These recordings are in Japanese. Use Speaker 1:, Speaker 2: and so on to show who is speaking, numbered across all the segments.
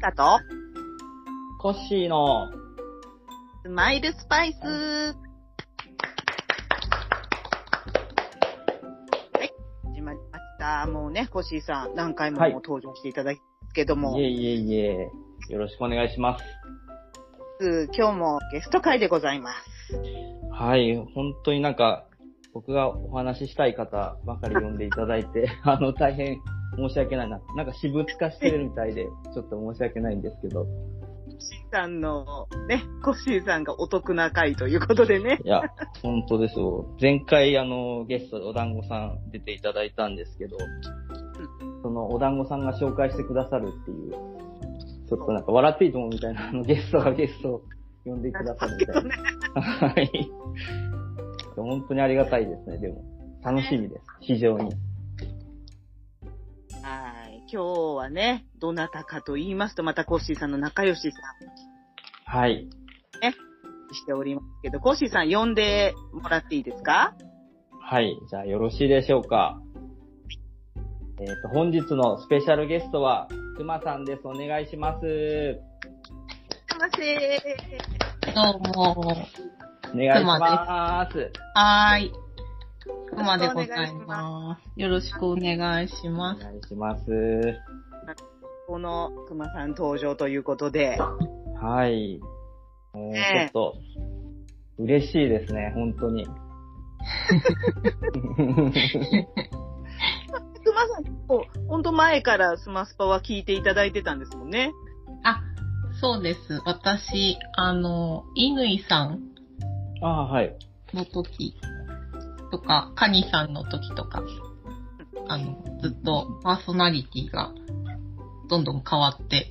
Speaker 1: カと、
Speaker 2: コッシーの、
Speaker 1: スマイルスパイス。はい、始まりました。もうね、コッシーさん、何回も
Speaker 2: はい
Speaker 1: もう登場していただきますけども、
Speaker 2: いえいえいえ、よろしくお願いします。
Speaker 1: うん今日もゲスト会でございます。
Speaker 2: はい、本当になんか、僕がお話ししたい方ばかり呼んでいただいて、 あの、大変申し訳ないな。なんか私物化してるみたいで、ちょっと申し訳ないんですけど。
Speaker 1: コッシーさんの、ね、コッシーさんがお得な会ということでね。
Speaker 2: いや、本当ですよ。前回、あの、ゲストでお団子さん出ていただいたんですけど、そのお団子さんが紹介してくださるっていう、ちょっとなんか笑っていいと思うみたいな、あの、ゲストがゲストを呼んでくださるみたいな。
Speaker 1: ね、
Speaker 2: はい。本当にありがたいですね、でも。楽しみです、非常に。
Speaker 1: はい。今日はね、どなたかと言いますと、またコッシーさんの仲良しさん
Speaker 2: はい。
Speaker 1: しておりますけど、コッシーさん呼んでもらっていいですか
Speaker 2: はい。じゃあ、よろしいでしょうか。えっ、と、本日のスペシャルゲストは、くまさんです。お願いします。
Speaker 1: すいません。
Speaker 3: どうも。
Speaker 2: お願いします。
Speaker 3: はーい。熊でございます。よろしくお願いしま
Speaker 2: お
Speaker 3: す。
Speaker 2: 願いします。
Speaker 1: この熊さん登場ということで、
Speaker 2: はい。もう
Speaker 1: ねえ
Speaker 2: ちょっと、嬉しいですね、本当に。
Speaker 1: 熊さん結構、ほんと前からスマスパは聞いていただいてたんですもんね。
Speaker 3: あ、そうです。私、あの、乾さん
Speaker 2: ああ、はい。
Speaker 3: の時とか、カニさんの時とか、あの、ずっとパーソナリティがどんどん変わって、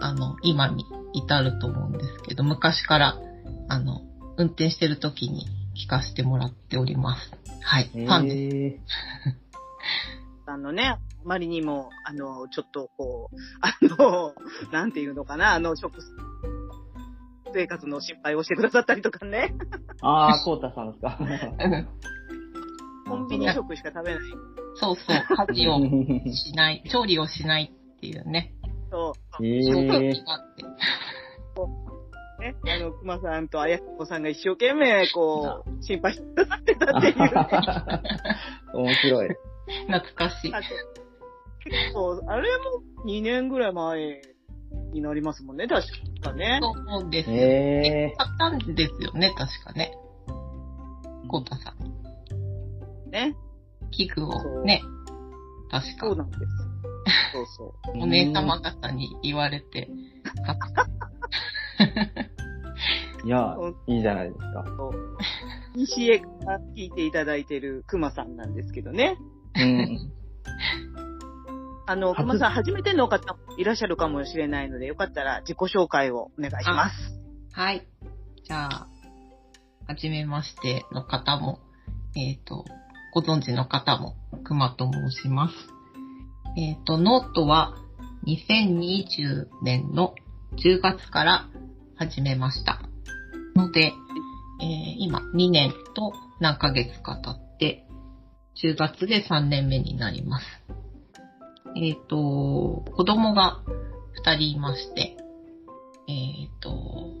Speaker 3: あの、今に至ると思うんですけど、昔から、あの、運転してる時に聞かせてもらっております。はい。ファンです。
Speaker 2: え
Speaker 1: あのね、あまりにも、あの、ちょっとこう、 あの、なんていうのかな、あの、食生活の心配をしてくださったりとかね、
Speaker 2: ー、ああ、こうたさんですか。
Speaker 1: コンビニ食しか食べない
Speaker 3: そ うそう、家事をしない、調理をしないっていうね、
Speaker 1: と、
Speaker 2: え
Speaker 3: そういう
Speaker 2: ー
Speaker 3: の、があって。
Speaker 1: ね、あの、熊さんとあやこさんが一生懸命、こう、心配してくださってたっていう、
Speaker 2: 面白い。
Speaker 3: 懐かしい。
Speaker 1: 結構、あれも2年ぐらい前になりますもんね、確かね。
Speaker 3: そうですよ。
Speaker 2: え
Speaker 3: 買ったんですよね、確かね。コウタさん。
Speaker 1: ね。
Speaker 3: 器具をね、確
Speaker 1: そう
Speaker 3: か、
Speaker 1: なんです。そうそう。
Speaker 2: ー、
Speaker 3: お姉様方に言われて、
Speaker 2: いや、いいじゃないですか。
Speaker 1: 西へから聞いていただいてる熊さんなんですけどね。
Speaker 2: うん。
Speaker 1: あの、
Speaker 2: 初
Speaker 1: 熊さん初めての方もいらっしゃるかもしれないので、よかったら自己紹介をお願いします。
Speaker 3: はい。じゃあ、はじめましての方も、えっ、と、ご存知の方も、くまと申します。えっ、と、ノートは2020年の10月から始めました。ので、えー今2年と何ヶ月か経って、10月で3年目になります。えっ、と、子供が2人いまして、えっ、と、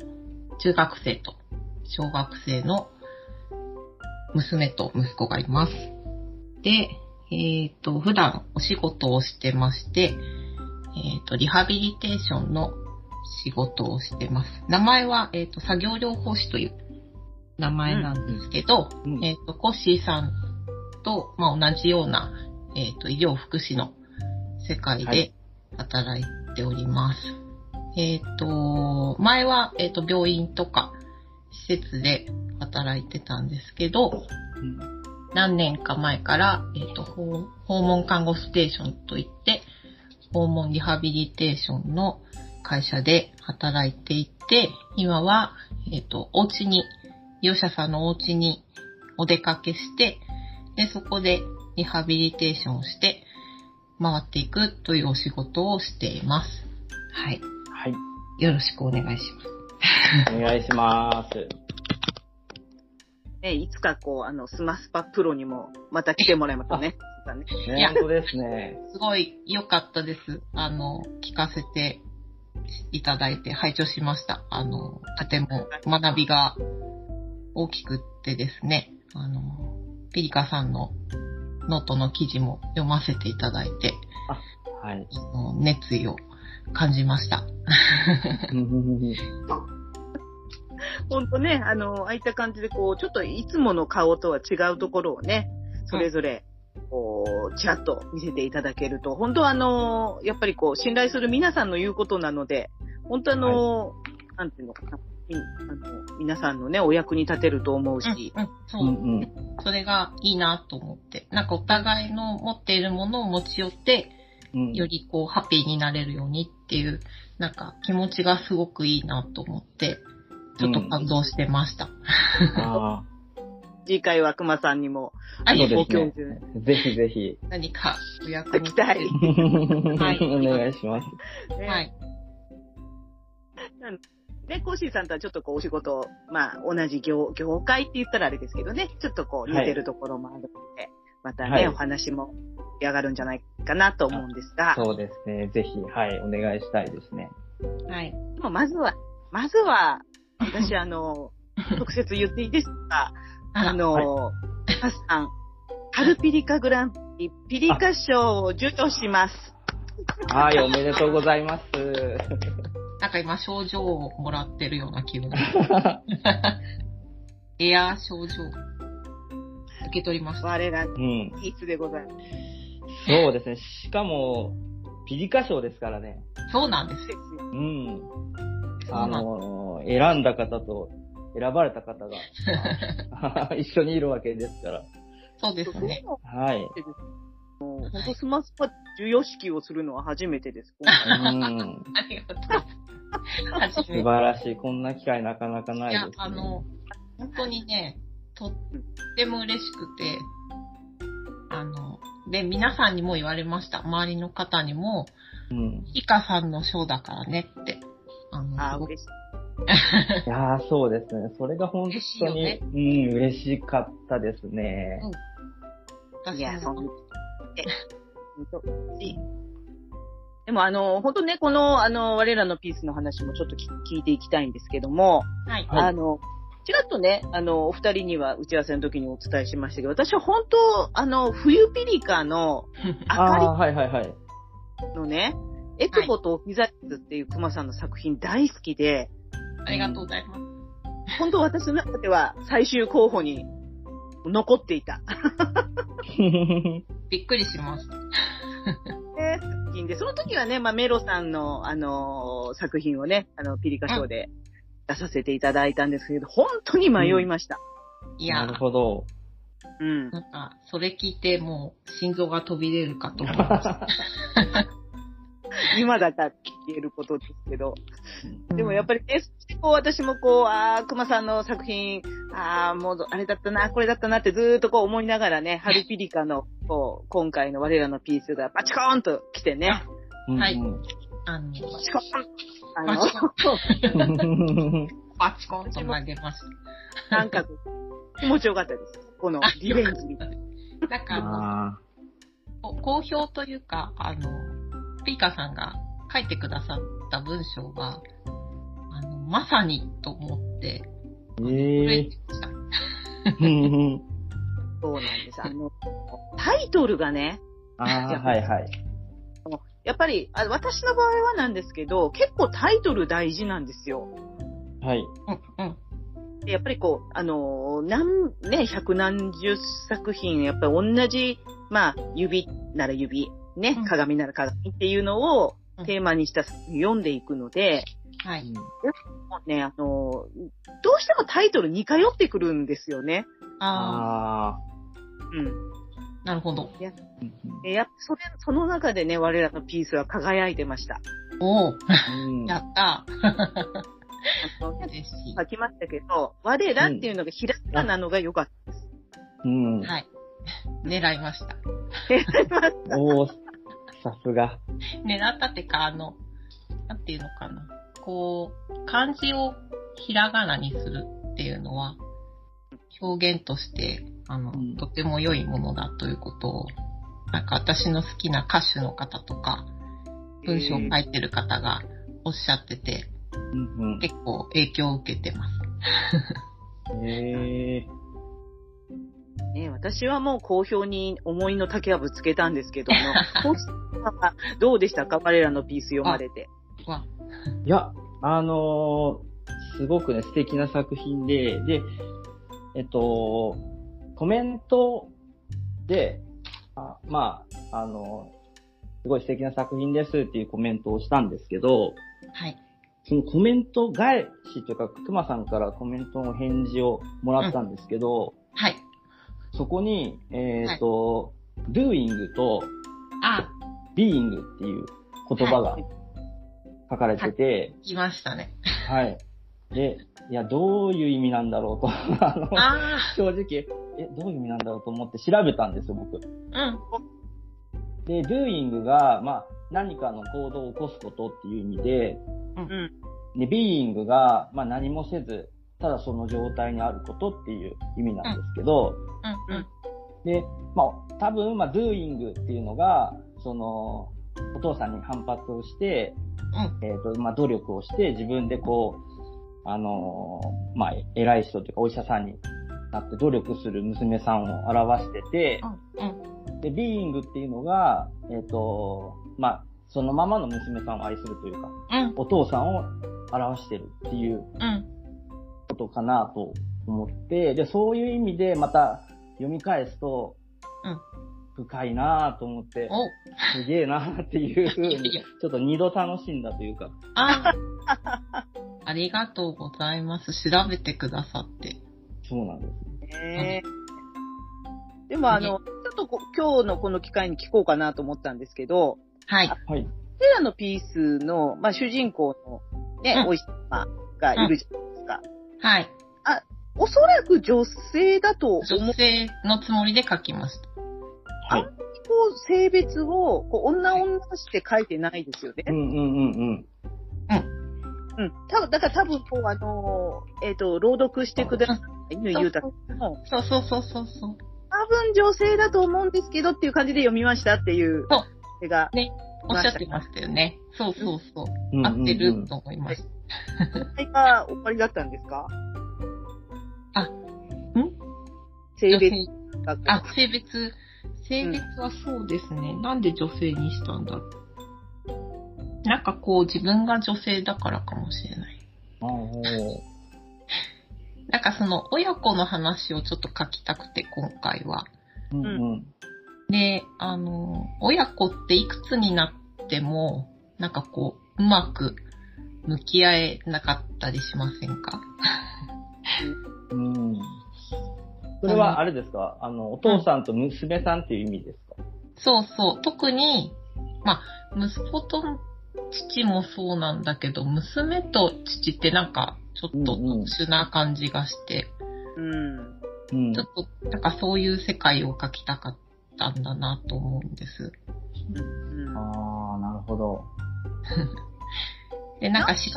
Speaker 3: 中学生と小学生の娘と息子がいます。で、えっ、と、普段お仕事をしてまして、えっ、と、リハビリテーションの仕事をしてます。名前は、えっ、と、作業療法士という名前なんですけど、
Speaker 2: うん
Speaker 3: えっ、と、コッシーさんと、まあ、同じような、えっ、と、医療福祉の世界
Speaker 2: は
Speaker 3: で
Speaker 2: い
Speaker 3: 働いております。えっ、と、前は、えっ、と、病院とか、施設で働いてたんですけど、何年か前から、えっと訪訪問看護ステーションといって訪問リハビリテーションの会社で働いていて今は、えっとお家に利用者さんのお家にお出かけしてでそこでリハビリテーションをして回っていくというお仕事をしています。はい。
Speaker 2: はい。
Speaker 3: よろしくお願いします。
Speaker 2: お願いします。
Speaker 1: ね、いつかこう、あの、スマスパプロにもまた来てもらいますね。そうだね
Speaker 2: ね
Speaker 3: いや
Speaker 2: 本当ですね。
Speaker 3: すごい良かったです。あの、聞かせていただいて拝聴しました。あの、とても学びが大きくってですね、あの、ピリカさんのノートの記事も読ませていただいて、
Speaker 2: はい。
Speaker 3: あの熱意を感じました。
Speaker 1: ほんとね、あの、ああいった感じで、こう、ちょっといつもの顔とは違うところをね、それぞれ、こう、ちらっと見せていただけると、本当あの、やっぱりこう、信頼する皆さんの言うことなので、本当あの、なんていうのかな、みあの皆さんのね、お役に立てると思う
Speaker 3: うん
Speaker 1: し、
Speaker 3: うん、そうう。
Speaker 2: んうん。
Speaker 3: それがいいなと思って。なんかお互いの持っているものを持ち寄って、
Speaker 2: うん
Speaker 3: よりこうハッピーになれるようにっていう、なんか気持ちがすごくいいなと思って、ちょっと感動してました。
Speaker 2: あ
Speaker 1: 次回は熊さんにも、
Speaker 3: は
Speaker 2: あ、
Speaker 3: い、
Speaker 2: そう
Speaker 1: ご
Speaker 2: です
Speaker 1: 教
Speaker 2: ね
Speaker 1: 授、。
Speaker 2: ぜひぜひ。
Speaker 3: 何かお役に
Speaker 1: 期待
Speaker 3: い
Speaker 2: お願いします。
Speaker 1: ね、
Speaker 3: はい。
Speaker 1: ね、コッシーさんとはちょっとこうお仕事、まあ同じ業、業界って言ったらあれですけどね、ちょっとこう似てるところもあるので、またね、
Speaker 2: はい
Speaker 1: お話も盛り上がるんじゃないかなと思うんですが、
Speaker 2: そうですね。ぜひ、はい、お願いしたいですね。
Speaker 3: はい。
Speaker 1: でもまずは、まずは、私あの、 直接言っていいですか、あの、パスさん、春ピリカグランプリ、ピリカ賞を受賞します。
Speaker 2: はい、おめでとうございます。
Speaker 3: なんか今、症状をもらってるような 気分。エアー症状。受け取りました。
Speaker 1: 我ら、
Speaker 2: うん。
Speaker 1: いつでございます。
Speaker 2: そうですね。しかも、ピリカ賞ですからね。
Speaker 3: そうなんです。
Speaker 2: うん。
Speaker 3: そう
Speaker 2: あ
Speaker 3: なん
Speaker 2: の、選んだ方と選ばれた方 が 一緒にいるわけですから。
Speaker 3: そうですね。
Speaker 2: はい。
Speaker 1: 本当スマスパ授与式をするのは初めてです。
Speaker 2: うん。
Speaker 3: ありがとう。 初めて
Speaker 2: 素晴らしい。こんな機会なかなかないいで
Speaker 3: や
Speaker 2: す、ね。
Speaker 3: あの、本当にね、とっても嬉しくて、あの、で、皆さんにも言われました。周りの方にも、
Speaker 2: うん。
Speaker 3: イカさんのショーだからねって。あの、
Speaker 1: あ
Speaker 3: す
Speaker 1: ー、
Speaker 3: ごく
Speaker 1: 嬉しい。
Speaker 2: いやーそうですね。それが本
Speaker 3: 嬉しい
Speaker 2: 当
Speaker 3: よ
Speaker 2: に、
Speaker 3: ね
Speaker 2: うん、嬉しかったですね。
Speaker 3: 私 も
Speaker 1: いや、そんな。え、ほんといいでもあの、本当ね、この、あの、我らのピースの話もちょっとき聞いていきたいんですけども、
Speaker 3: はい。
Speaker 2: はい
Speaker 1: あの、ちらっとね、あの、お二人には打ち合わせの時にお伝えしましたけど、私は本当、あの、冬ピリカの明
Speaker 2: あ
Speaker 1: か
Speaker 2: あー、はいはいはい。
Speaker 1: りのね、エクボとオキザリスっていう熊さんの作品大好きで、
Speaker 3: ありがとうございます。
Speaker 1: 本当私の中では最終候補に残っていた。
Speaker 3: びっくりしました。
Speaker 1: ね作品で、その時はね、まあ、メロさんの、あのー作品をね、あの、ピリカ賞で出させていただいたんですけど、本当に迷いました。
Speaker 3: いや
Speaker 2: なる、ほ ど。
Speaker 1: うん。
Speaker 3: なんか、それ聞いてもう、心臓が飛び出るかと 思いまし
Speaker 1: 今だから言えることですけど。
Speaker 3: た。
Speaker 1: でもやっぱりね、こう私もこう、ああ、熊さんの作品、ああ、もうどあれだったな、これだったなってずーっとこう思いながらね、ハルピリカの、こう、今回の我らのピースがバチコーンと来てね、
Speaker 3: はい
Speaker 2: うん
Speaker 3: あの、
Speaker 1: バチコーンあの、
Speaker 3: バチコン、
Speaker 2: うん。
Speaker 3: バチコンと投げまし
Speaker 1: なんかこう、気持ちよかったです。この
Speaker 3: た。あ、
Speaker 1: リベン
Speaker 3: よか
Speaker 1: ジみたいな。
Speaker 3: ったなんかあの、
Speaker 2: あ
Speaker 3: こ好評というか、あの、ピーカーさんが書いてくださった文章が、あの、まさにと思って、
Speaker 2: ー
Speaker 3: 震え
Speaker 2: え
Speaker 3: てました。
Speaker 2: えー。
Speaker 1: そうなんです。あの、タイトルがね、
Speaker 2: ああ、はいはい。
Speaker 1: やっぱり、あ私の場合はなんですけど、結構タイトル大事なんですよ。
Speaker 2: はい。
Speaker 3: うん、うん。
Speaker 1: でやっぱりこう、あのー、何、ね、百何十作品、やっぱり同じ、まあ、指なら指、ね
Speaker 3: うん、
Speaker 1: 鏡なら鏡っていうのを
Speaker 3: うん
Speaker 1: テーマにした作品読んでいくので、
Speaker 3: はい。
Speaker 1: もうね、あのー、どうしてもタイトル似通ってくるんですよね。
Speaker 2: あ
Speaker 3: あ
Speaker 2: あ。
Speaker 1: うん。
Speaker 3: あ、なるほど。
Speaker 1: でやっぱそれ、その中でね、我らのピースは輝いてました。
Speaker 3: おお、
Speaker 2: うん
Speaker 3: やった
Speaker 1: あの
Speaker 3: ー。嬉しい。
Speaker 1: 書きましたけど、我らっていうのがひらがななのが良かったです。
Speaker 2: うん。
Speaker 3: はい。 狙いました。
Speaker 2: おお、さすが。
Speaker 3: 狙ったってか、あの、なんていうのかな。こう、漢字をひらがなにするっていうのは、表現として、あの、
Speaker 2: うん
Speaker 3: とても良いものだということを、なんか私の好きな歌手の方とか、文章を書いてる方が、おっしゃってて、
Speaker 2: うん
Speaker 3: 結構影響を受けてます。
Speaker 2: うん。へえ。
Speaker 1: ね、私はもう好評に思いの丈はぶつけたんですけど も、コウスケさんはどうでしたか我らのピース読まれて。
Speaker 3: わ、
Speaker 2: いや、あのーすごくね、素敵な作品で、で、えっと、コメントで、あまあ、あのすごい素敵な作品ですっていうコメントをしたんですけど、
Speaker 3: はい。
Speaker 2: そのコメント返しというか、くまさんからコメントの返事をもらったんですけど、
Speaker 3: はい。
Speaker 2: そこに、えっ、と、doing と
Speaker 3: あ、
Speaker 2: being っていう言葉が書かれてて、
Speaker 3: 来ましたね。
Speaker 2: はい。で、いや、どういう意味なんだろうと、 あの、
Speaker 3: あ
Speaker 2: 正直、え、どういう意味なんだろうと思って調べたんですよ、僕。
Speaker 3: あ、うん。
Speaker 2: で、doing が、まあ、何かの行動を起こすことっていう意味で、
Speaker 1: うん。
Speaker 2: で、being が、まあ、何もせず、ただその状態にあることっていう意味なんですけど、
Speaker 3: うんうん。
Speaker 2: で、まあ、多分、まあ、doing っていうのが、その、お父さんに反発をして、えっ、と、まあ、努力をして、自分でこう、あのーまあ、偉い人というか、お医者さんになって努力する娘さんを表してて、
Speaker 3: うん。うん。
Speaker 2: で、being っていうのが、えっ、と、まあ、そのままの娘さんを愛するというか、
Speaker 3: うん。
Speaker 2: お父さんを表してるっていう
Speaker 3: うん。
Speaker 2: ことかなと思って、で、そういう意味でまた読み返すと、
Speaker 3: うん
Speaker 2: 深いなぁと思って、
Speaker 3: お
Speaker 2: すげえなぁっていう ふうに、ちょっと二度楽しんだというか、
Speaker 3: あーありがとうございます。調べてくださって。
Speaker 2: そうなんです。
Speaker 1: ねでもあの、ちょっとこ今日のこの機会に聞こうかなと思ったんですけど、
Speaker 3: はい。
Speaker 2: はい。
Speaker 1: テラのピースの、まあ、主人公のね、
Speaker 3: うん
Speaker 1: お医者様がいるじゃないですか。
Speaker 3: はい。
Speaker 1: おそらく女性だと思う。
Speaker 3: 女性のつもりで書きました。
Speaker 2: はい。
Speaker 1: こう性別を、こう、女女して書いてないですよね。
Speaker 2: うんうんうん
Speaker 1: うん。多分、だから多分、こう、あのーえっ、と、朗読してくださった犬ゆうたくんも、
Speaker 3: そうそうそうそうそう。
Speaker 1: 多分女性だと思うんですけどっていう感じで読みましたっていう
Speaker 3: そう、
Speaker 1: 手が。
Speaker 3: おっしゃってましたよね。そうそうそう。
Speaker 2: うん。
Speaker 3: 合って
Speaker 2: うんうんう
Speaker 3: る
Speaker 2: ん
Speaker 3: と思いました。
Speaker 1: 何が終わりだったんですか
Speaker 3: あん
Speaker 1: 性別
Speaker 3: 女性
Speaker 1: 学
Speaker 3: あ、性別。性別はそうですね。なんで女性にしたんだろう。なんかこう自分が女性だからかもしれない。
Speaker 2: あー
Speaker 3: なんかその親子の話をちょっと書きたくて今回は。
Speaker 2: うんうん。
Speaker 3: で、あの、親子っていくつになっても、なんかこう、うまく向き合えなかったりしませんか
Speaker 2: うん。それはあれですかあの、お父さんと娘さんっていう意味ですか
Speaker 3: そうそう。特に、まあ、息子と父もそうなんだけど、娘と父ってなんか、ちょっと
Speaker 2: うんうん
Speaker 3: 特殊な感じがして、
Speaker 1: うん。
Speaker 2: うん
Speaker 3: ちょっと、なんかそういう世界を描きたかったんだなと思うんです。
Speaker 1: うん。
Speaker 2: ああ、なるほ ど。
Speaker 3: で、なんかし、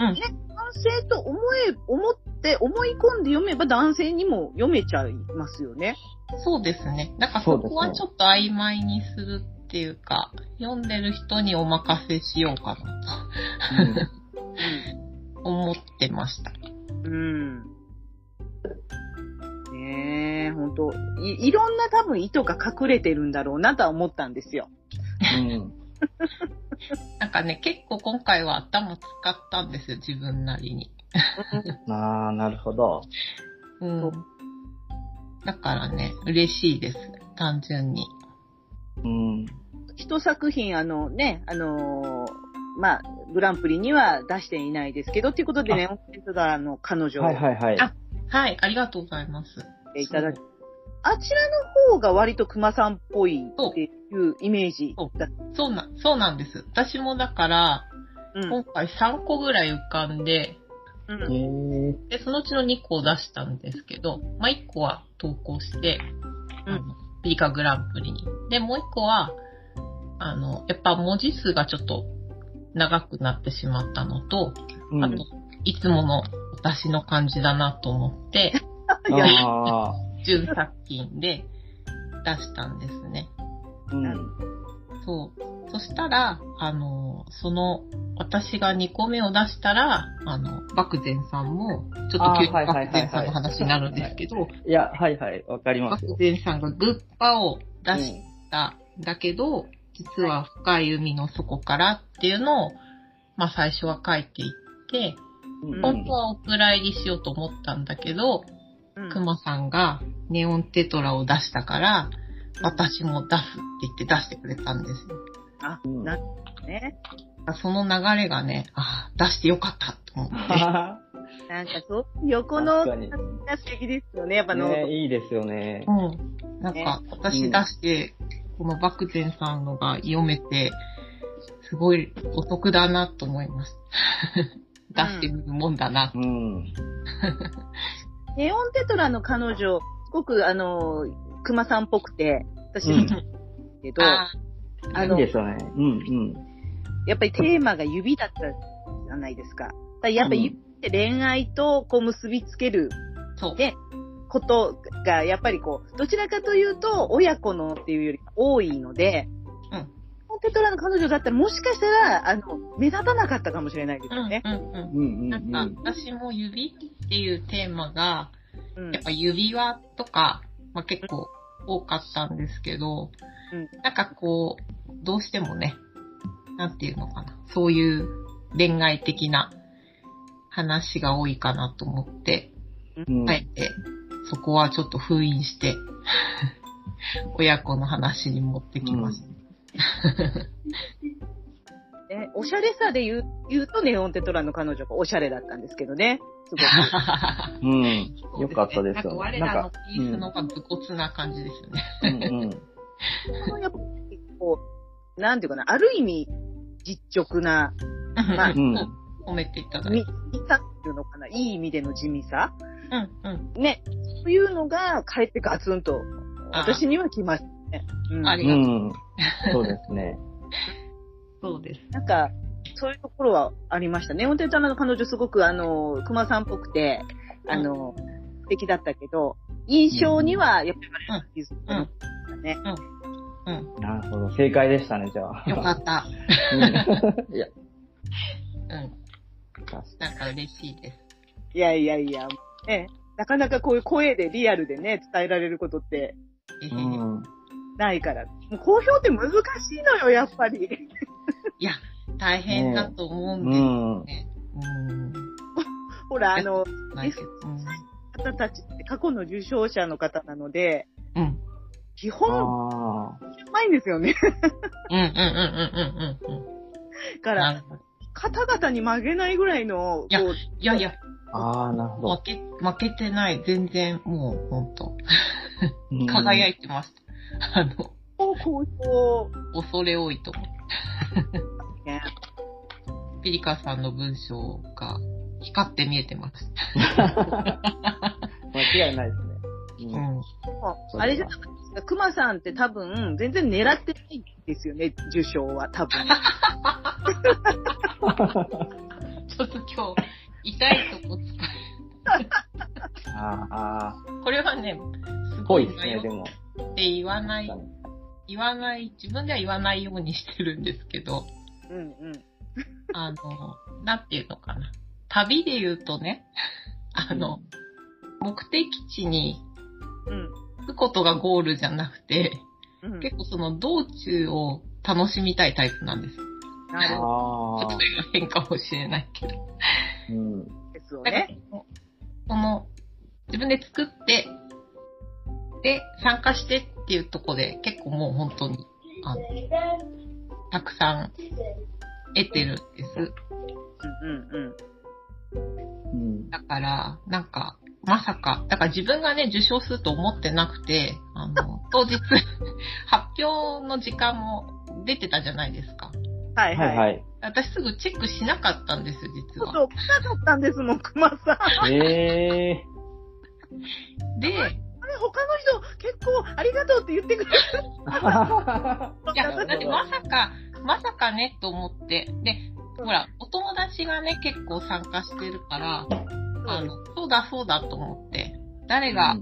Speaker 3: うん
Speaker 1: ね、男性と思え、思って、思い込んで読めば男性にも読めちゃいますよね。
Speaker 3: そうですね。なんか
Speaker 2: そう
Speaker 3: そ
Speaker 2: ですね
Speaker 3: こはちょっと曖昧にするっていうか、読んでる人にお任せしようかなと思ってました。
Speaker 1: うん。ねえ、本当い、いろんな多分意図が隠れてるんだろうなとは思ったんですよ。
Speaker 2: うん。
Speaker 3: なんかね、結構今回は頭使ったんですよ、自分なりに。
Speaker 2: うん。ああ、なるほど。
Speaker 3: うん
Speaker 1: そう
Speaker 3: だからね、嬉しいです。単純に。
Speaker 2: うん。
Speaker 1: 一作品、あのね、あのーまあ、グランプリには出していないですけど、ということでね、オンセントダーの彼女を
Speaker 2: はいはいはい。
Speaker 3: あはい、ありがとうございます。
Speaker 1: いただき、あちらの方が割と熊さんっぽいっていうイメージだっ
Speaker 3: そうな、そうなんです。私もだから、
Speaker 1: た。うん
Speaker 3: 今回3個ぐらい浮かんで、
Speaker 1: うん
Speaker 2: へえ。
Speaker 3: で、そのうちの2個を出したんですけど、まあ、1個は投稿して、
Speaker 1: うん
Speaker 3: あのピリカグランプリに。で、もう1個は、あの、やっぱ文字数がちょっと長くなってしまったのと、
Speaker 2: うん
Speaker 3: あと、いつもの私の感じだなと思って、
Speaker 1: いや
Speaker 2: ああ。
Speaker 3: 純作品で出したんですね。
Speaker 2: うん。
Speaker 3: そう。そしたら、あの、その、私が2個目を出したら、あの、漠然さんも、ちょっと急
Speaker 2: あー
Speaker 3: に
Speaker 2: はいはいはいはい
Speaker 3: 漠然さんの話になるんですけど、
Speaker 2: いや、はいはい、わかります
Speaker 3: 漠
Speaker 2: よ。
Speaker 3: 然さんがグッパを出し
Speaker 2: うん
Speaker 3: たんだけど、実は深い海の底からっていうのを、まあ最初は書いていって、
Speaker 2: うん
Speaker 3: 本当はお蔵入りしようと思ったんだけど、
Speaker 1: うん
Speaker 3: クマさんがネオンテトラを出したから、私も出すって言って出してくれたんですよ。
Speaker 1: あ、
Speaker 2: うん
Speaker 1: なるほどね。
Speaker 3: その流れがね、ああ、出してよかったと思って。
Speaker 2: は
Speaker 1: なんかそう、横の
Speaker 2: 確か
Speaker 1: が
Speaker 2: に。
Speaker 1: 素敵ですよね、やっぱの、
Speaker 2: ね、いいですよね。
Speaker 3: うん。なんか、私出して、このバクテンさんのが読めて、すごいお得だなと思います。出してみるもんだな。
Speaker 2: うん。
Speaker 1: ネオンテトラの彼女、すごくあの、熊さんっぽくて、私、
Speaker 2: うん
Speaker 1: けど、
Speaker 3: あ
Speaker 1: あ
Speaker 2: いい
Speaker 1: の、
Speaker 2: ですよね。うん
Speaker 1: やっぱりテーマが指だったじゃないですか。だからやっぱり指って恋愛とこう結びつける
Speaker 3: あそう。
Speaker 1: でことが、やっぱりこう、どちらかというと、親子のっていうより多いので、
Speaker 3: うん
Speaker 1: テトラの彼女だったら、もしかしたら、あの、目立たなかったかもしれないです
Speaker 3: うん
Speaker 1: よね。
Speaker 3: うんう
Speaker 2: う
Speaker 3: ん
Speaker 2: ん。うんうん
Speaker 3: な
Speaker 2: うんん。
Speaker 3: か、私も指っていうテーマが、
Speaker 1: うん
Speaker 3: やっぱ指輪とか、まあ、結構多かったんですけ
Speaker 1: う
Speaker 3: ど、なんかこう、どうしてもね、なんていうのかな、そういう恋愛的な話が多いかなと思って、
Speaker 2: うん
Speaker 3: あえて、そこはちょっと封印して、 親子の話に持ってきました。
Speaker 1: ねおしゃれさで言う言うと、ネオンテトラの彼女がおしゃれだったんですけどね。すご く。
Speaker 2: うん。よかったですよね
Speaker 3: なんか我ら
Speaker 2: なん
Speaker 3: の
Speaker 2: か
Speaker 3: ピースのが武骨な感じですよね。
Speaker 2: うんうん。
Speaker 1: そのやっぱりこう、なんていうかな、ある意味、実直な、 まあ
Speaker 2: うん。
Speaker 3: 褒めていただい
Speaker 1: み
Speaker 3: て。、
Speaker 1: 地味さっていうのかな、いい意味での地味さ
Speaker 3: うんうん。
Speaker 1: ね。そういうのが、かえってガツンと、
Speaker 3: あ
Speaker 1: 私には来ましたね。うん
Speaker 3: あり
Speaker 2: う。
Speaker 3: がとうん
Speaker 2: そうですね。
Speaker 3: そうです。
Speaker 1: なんか、そういうところはありましたね。本当にの彼女すごく、あの、熊さんっぽくて、あの、素敵だったけど、印象には、やっぱり、
Speaker 3: うんうん
Speaker 1: うん、ね。
Speaker 3: うん。
Speaker 2: なるほど。正解でしたね、じゃ あ。
Speaker 3: よかった。
Speaker 2: うんいや、
Speaker 3: うん。
Speaker 2: 確かに
Speaker 3: なんか嬉しいです。
Speaker 1: いやいやいや、ね。なかなかこういう声でリアルでね、伝えられることって
Speaker 3: えへへ
Speaker 2: うん。
Speaker 1: ないから。もう公表って難しいのよ、やっぱり。
Speaker 3: いや、大変だと思うんですよ
Speaker 2: うん。
Speaker 3: ね。うん。
Speaker 1: ほら、あの、
Speaker 3: ないけど。うん
Speaker 1: 方たちって過去の受賞者の方なので、
Speaker 3: うん。
Speaker 1: 基
Speaker 2: あ
Speaker 1: 本、
Speaker 2: あ。
Speaker 1: うまいんですよね。
Speaker 3: うんうんうんうんうんう
Speaker 1: だ
Speaker 3: ん。
Speaker 1: か
Speaker 3: な
Speaker 1: ら、
Speaker 3: るほど
Speaker 1: 方々に曲げないぐらいの、こ
Speaker 3: いや
Speaker 1: う、
Speaker 3: いやいや、
Speaker 2: ああ、なるほど
Speaker 3: 負。け、負けてない。全然、もう、ほんと。
Speaker 2: うん
Speaker 3: 輝いてました。あの、
Speaker 1: こう公表、
Speaker 3: 恐れ多いと思
Speaker 1: ね、
Speaker 3: う。ピリカさんの文章が光って見えてます。
Speaker 2: 間違いないですね。
Speaker 3: う
Speaker 2: うん
Speaker 3: ん。
Speaker 1: あれじゃないですか、熊さんって多分、全然狙ってないんですよね、受賞は、多分。
Speaker 3: ちょっと今日、痛いとこ使
Speaker 2: ああ、ああ
Speaker 3: う。これはね、す
Speaker 2: ぽ
Speaker 3: ご
Speaker 2: い
Speaker 3: い
Speaker 2: です
Speaker 3: 迷
Speaker 2: ね、
Speaker 3: っ
Speaker 2: でも。
Speaker 3: て言わない言わない、自分では言わないようにしてるんですけど、
Speaker 1: うんうん。
Speaker 3: あの、なんていうのかな。旅で言うとね、あの、目的地に
Speaker 1: うん。
Speaker 3: 着くことがゴールじゃなくて、
Speaker 1: うん、
Speaker 3: 結構その道中を楽しみたいタイプなんです。ち
Speaker 1: なるほ
Speaker 3: ょ
Speaker 2: あ
Speaker 3: っ
Speaker 2: あ
Speaker 3: と。変かもしれないけど。
Speaker 2: う
Speaker 1: ど
Speaker 2: ん。
Speaker 1: ですよ
Speaker 3: だから
Speaker 1: ね。
Speaker 3: その、自分で作って、で、参加してっていうところで結構もう本当に、あの、たくさん得てるんです。
Speaker 1: うんうんうん。
Speaker 2: うん。
Speaker 3: だから、なんか、まさか、だから自分がね、受賞すると思ってなくて、あの、 当日、発表の時間も出てたじゃないですか。
Speaker 1: はい
Speaker 2: は
Speaker 1: はい。
Speaker 2: いはい。
Speaker 3: 私すぐチェックしなかったんです、実
Speaker 1: そう
Speaker 3: は。
Speaker 1: そう、来なかったんですもん、熊さん。あ
Speaker 2: ええ
Speaker 3: で、
Speaker 1: れ、他の人、結構、ありがとうって言ってくれる
Speaker 2: ー。
Speaker 1: の
Speaker 3: いや、
Speaker 1: か
Speaker 3: だ
Speaker 1: な
Speaker 3: ってまさか、まさかね、と思って。で、ほら、お友達がね、結構参加してるから、あの、そうだそうだと思って、 誰が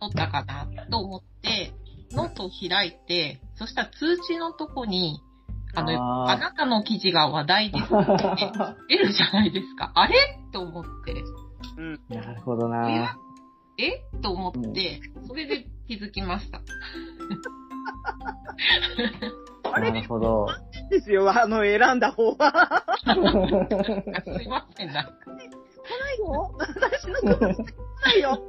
Speaker 3: 撮ったかなと思って、ノートを開いて、そしたら通知のとこに、あの、
Speaker 2: あー
Speaker 3: あなたの記事が話題です って出るじゃないですか。あれと思って。
Speaker 2: なるほどな
Speaker 3: えと思って、それで気づきました。
Speaker 1: あ
Speaker 2: な
Speaker 1: れ
Speaker 2: るほど。
Speaker 1: ですよ、あの、選んだ方は。
Speaker 3: あすいません、なんか。
Speaker 1: ないよ私のことないよ。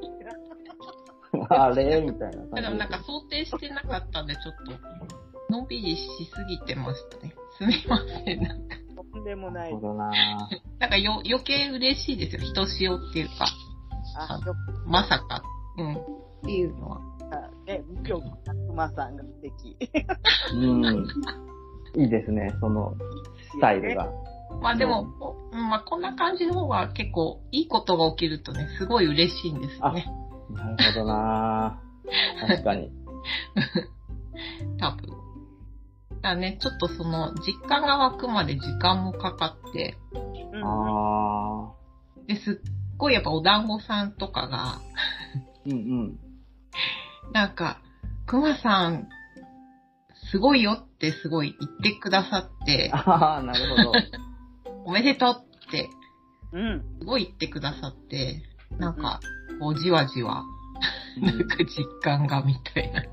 Speaker 2: あれみたい
Speaker 3: で
Speaker 2: な
Speaker 3: も
Speaker 2: 感じ
Speaker 3: なんか想定してなかったんで、ちょっと、のんびりしすぎてましたね。すみません、なんか。
Speaker 1: とんでもな
Speaker 2: ないるほ。どな
Speaker 3: なんかよ余計嬉しいですよ。人しおっていうか、
Speaker 1: あ、よ
Speaker 3: まさか。うん。っていうのは。
Speaker 1: かった。ね、右京熊さんが素敵。
Speaker 2: うん。いいですね、そのスタイルが。
Speaker 3: まあでも
Speaker 2: う、
Speaker 3: こうんまあこんな感じの方が結構いいことが起きるとね、すごい嬉しいんですよね。
Speaker 2: なるほどな確かに。
Speaker 3: 多分。だからね、ちょっとその、実感が湧くまで時間もかかって、
Speaker 1: うんうん。
Speaker 2: あ
Speaker 3: ですっごいやっぱお団子さんとかが、
Speaker 2: ー。うん
Speaker 3: なんか、くまさん、すごいよってすごい言ってくださって
Speaker 2: うん。、ああ、なるほど。
Speaker 3: おめでとうって、
Speaker 1: うん。
Speaker 3: すごい言ってくださって、なんか、こうじわじわ、なんか実感がみた いな。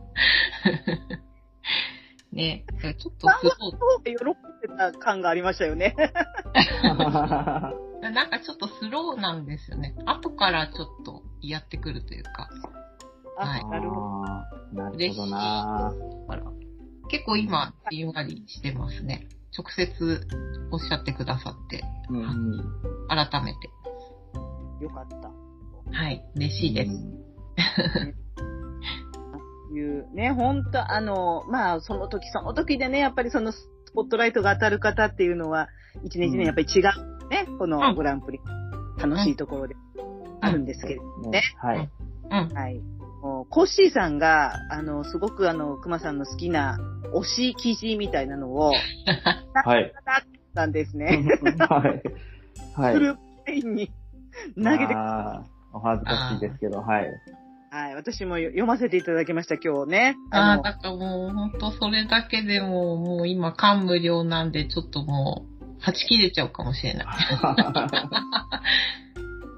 Speaker 3: ね、だからちょっとすごい
Speaker 1: そう喜んでた感がありましたよね。
Speaker 3: なんかちょっとスローなんですよね。後からちょっとやってくるというか。は
Speaker 1: あ、
Speaker 3: い
Speaker 1: なるほど。
Speaker 2: あーなるほどな
Speaker 3: だから結構今、じんわりしてますね。直接おっしゃってくださって、
Speaker 2: うんうん。
Speaker 3: 改めて。
Speaker 1: よかった。
Speaker 3: はい、嬉しいです。
Speaker 1: いうね、本当あの、まあ、その時その時でね、やっぱりそのスポットライトが当たる方っていうのは、一年一年やっぱり違うね、こ
Speaker 3: うん
Speaker 1: のグランプリ、楽しいところであるんですけれど、
Speaker 2: うん。
Speaker 1: ね
Speaker 2: ね。はい。
Speaker 3: うん。
Speaker 1: はい。もうコッシーさんが、あの、すごくあの、熊さんの好きな推し記事みたいなのを、
Speaker 2: はい。
Speaker 1: なんですね。
Speaker 2: はい。は
Speaker 1: フ
Speaker 2: い。
Speaker 1: ルペインに 投げて、
Speaker 2: あーお恥ずかしいですけど、はい。
Speaker 1: はい。私も読ませていただきました、今日ね。
Speaker 3: ああ、
Speaker 1: の
Speaker 3: だからもう本当それだけでもう、もう今感無量なんで、ちょっともう、はち切れちゃうかもしれない。
Speaker 1: まあ、
Speaker 3: もう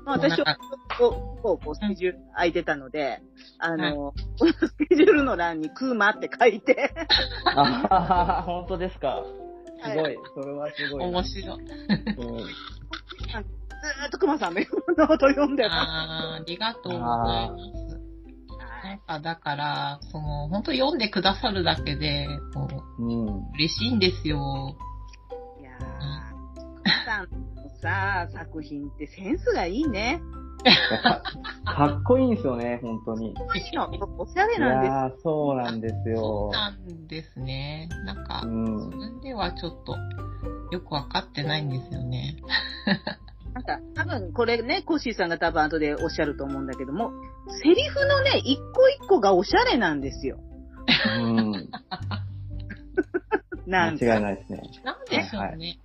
Speaker 3: なん
Speaker 1: 私
Speaker 3: か
Speaker 1: は、こう、こう、こうスケジュール空いてたので、あの、スケジュールの欄にクーマって書いて、
Speaker 2: あー本当ですか。 すご。
Speaker 1: はい
Speaker 2: それはすごいな。
Speaker 3: 面 白い。
Speaker 2: うん
Speaker 1: ずーっとクマさんのノート読んでま
Speaker 3: ああ、ありがとうございます。
Speaker 1: す。は
Speaker 3: なん
Speaker 1: い
Speaker 3: かだから、その、本当読んでくださるだけで、もう
Speaker 2: うん。
Speaker 3: 嬉しいんですよ。
Speaker 1: いやー、クマさんのさ、作品ってセンスがいいね。
Speaker 2: かかっこいいんですよね、本当に。い
Speaker 1: むしろおしゃれなんですよ。
Speaker 2: やーそうなんです
Speaker 3: そ
Speaker 2: よ
Speaker 3: う。なんですね。なんか
Speaker 2: う、
Speaker 3: 自
Speaker 2: ん。
Speaker 3: 分ではちょっと、よくわかってないんですよね。
Speaker 1: なんか、多分これね、コッシーさんが多分後でおっしゃると思うんだけども、セリフのね、一個一個がおしゃれなんですよ。
Speaker 2: うん。間
Speaker 1: な
Speaker 2: 違
Speaker 1: ん
Speaker 2: い
Speaker 1: か
Speaker 2: ないですね。
Speaker 3: なんでしょうね。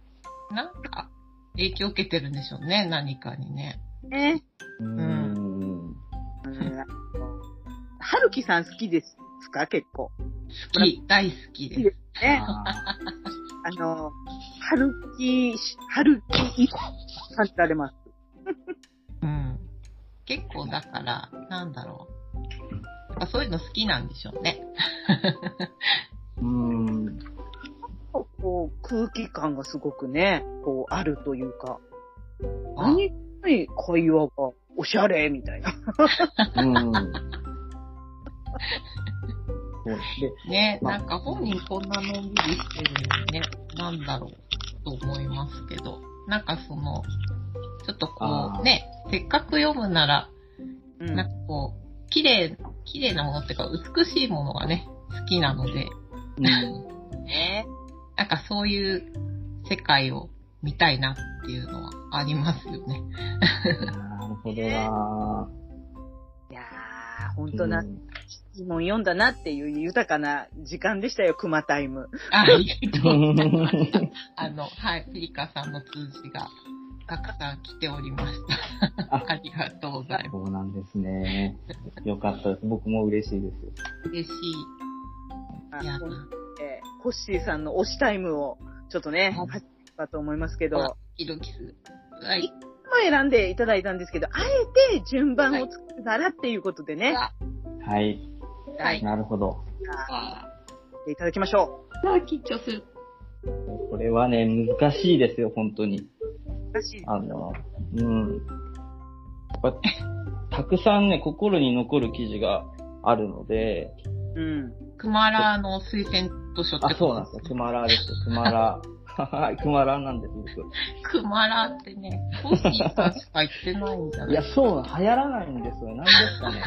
Speaker 3: なんか、影響を受けてるんでしょうね、何かにね。
Speaker 1: ね。
Speaker 2: うん。
Speaker 1: はるきさん好きですか結構。
Speaker 3: 好き、大好きです。
Speaker 1: ね。
Speaker 2: あ
Speaker 1: あの、春木、春木、感じられます。
Speaker 3: うん。結構だから、なんだろう。やっぱそういうの好きなんでしょうね。
Speaker 2: ーうん。
Speaker 1: こう、空気感がすごくね、こう、あるというか、
Speaker 3: あ
Speaker 1: 何気ない会話が、おしゃれみたいな。
Speaker 2: うん。そうで
Speaker 3: ね、
Speaker 2: まあ
Speaker 3: なんか本人こんなのんびりしてるのにね、なんだろうと思いますけど、なんかその、ちょっとこ
Speaker 2: あー
Speaker 3: うね、せっかく読むなら、
Speaker 1: う
Speaker 3: なんかこう、綺麗、綺麗なものっていうか美しいものがね、好きなので、
Speaker 2: うん
Speaker 1: ね。
Speaker 3: なんかそういう世界を見たいなっていうのはありますよね。
Speaker 2: なるほどない
Speaker 1: やー、ほん
Speaker 2: ー
Speaker 1: とな
Speaker 2: う、ん
Speaker 1: 質問読んだなっていう豊かな時間でしたよ、熊タイム。
Speaker 3: あ、 ありがとうございます。あの、はい、ピリカさんの通知がたくさん来ておりました。
Speaker 2: あ
Speaker 3: ありがとうございます。
Speaker 2: そうなんですね。よかったです。僕も嬉しいです。
Speaker 3: 嬉しい。いや、
Speaker 1: あほんとねコッシーさんの推しタイムを、ちょっとね、
Speaker 3: はい
Speaker 1: 始めたと思いますけ
Speaker 3: あ
Speaker 1: ど、
Speaker 3: ヒロキス。はい。
Speaker 1: 今選んでいただいたんですけど、あえて順番をつけたらっていうことでね、
Speaker 2: はい。
Speaker 3: はい。
Speaker 2: なるほど。
Speaker 3: あ
Speaker 1: いただきましょ
Speaker 3: ー緊張する。
Speaker 2: これはね、難しいですよ、本当に。
Speaker 1: う。らしい。
Speaker 2: あの、うん。やっぱたくさんね、心に残る記事があるので、
Speaker 1: うん。
Speaker 3: クマラの推薦図書って
Speaker 2: あ、そうなんですよ。クマラです。クマラ。 はい、クマラなんです、僕。
Speaker 3: クマラってね、コッシーさんしか言ってないんじゃない
Speaker 2: いや、そうなん、流行らないんですよ。なんですかね。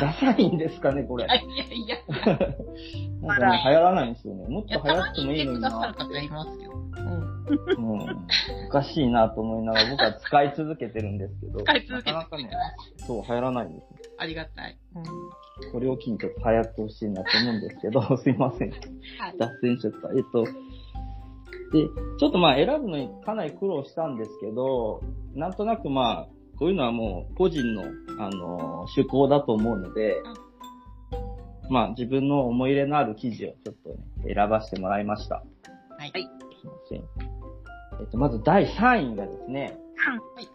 Speaker 2: ダサいんですかね、これ。
Speaker 3: いやいやいや、
Speaker 2: なんかね、流行らないんですよね。もっと
Speaker 3: いや
Speaker 2: 流
Speaker 3: た
Speaker 2: 行
Speaker 3: ま
Speaker 2: って
Speaker 3: に
Speaker 2: も
Speaker 3: 言
Speaker 2: いい
Speaker 3: って
Speaker 2: の
Speaker 3: く
Speaker 2: に
Speaker 3: ださ
Speaker 2: な
Speaker 3: る
Speaker 2: っ
Speaker 3: 方い
Speaker 2: て。
Speaker 3: ますよ。うん。
Speaker 2: うん。おかしいなと思いながら、僕は使い続けてるんですけど。
Speaker 3: 使い続けて
Speaker 2: なかなかね、そう、流行らないんですよ
Speaker 3: ありがたい。うん。
Speaker 2: これを機にちょっと流行ってほしいなと思うんですけ ど、すいません。
Speaker 3: はい。
Speaker 2: 脱線しちゃった。えっと、で、ちょっとまあ選ぶのにかなり苦労したんですけど、なんとなくまあ、こういうのはもう個人の、あの、趣向だと思うので、まあ自分の思い入れのある記事をちょっとね、選ばせてもらいました。
Speaker 3: はい。
Speaker 2: すいません。えっと、まず第3位がですね、
Speaker 1: はい。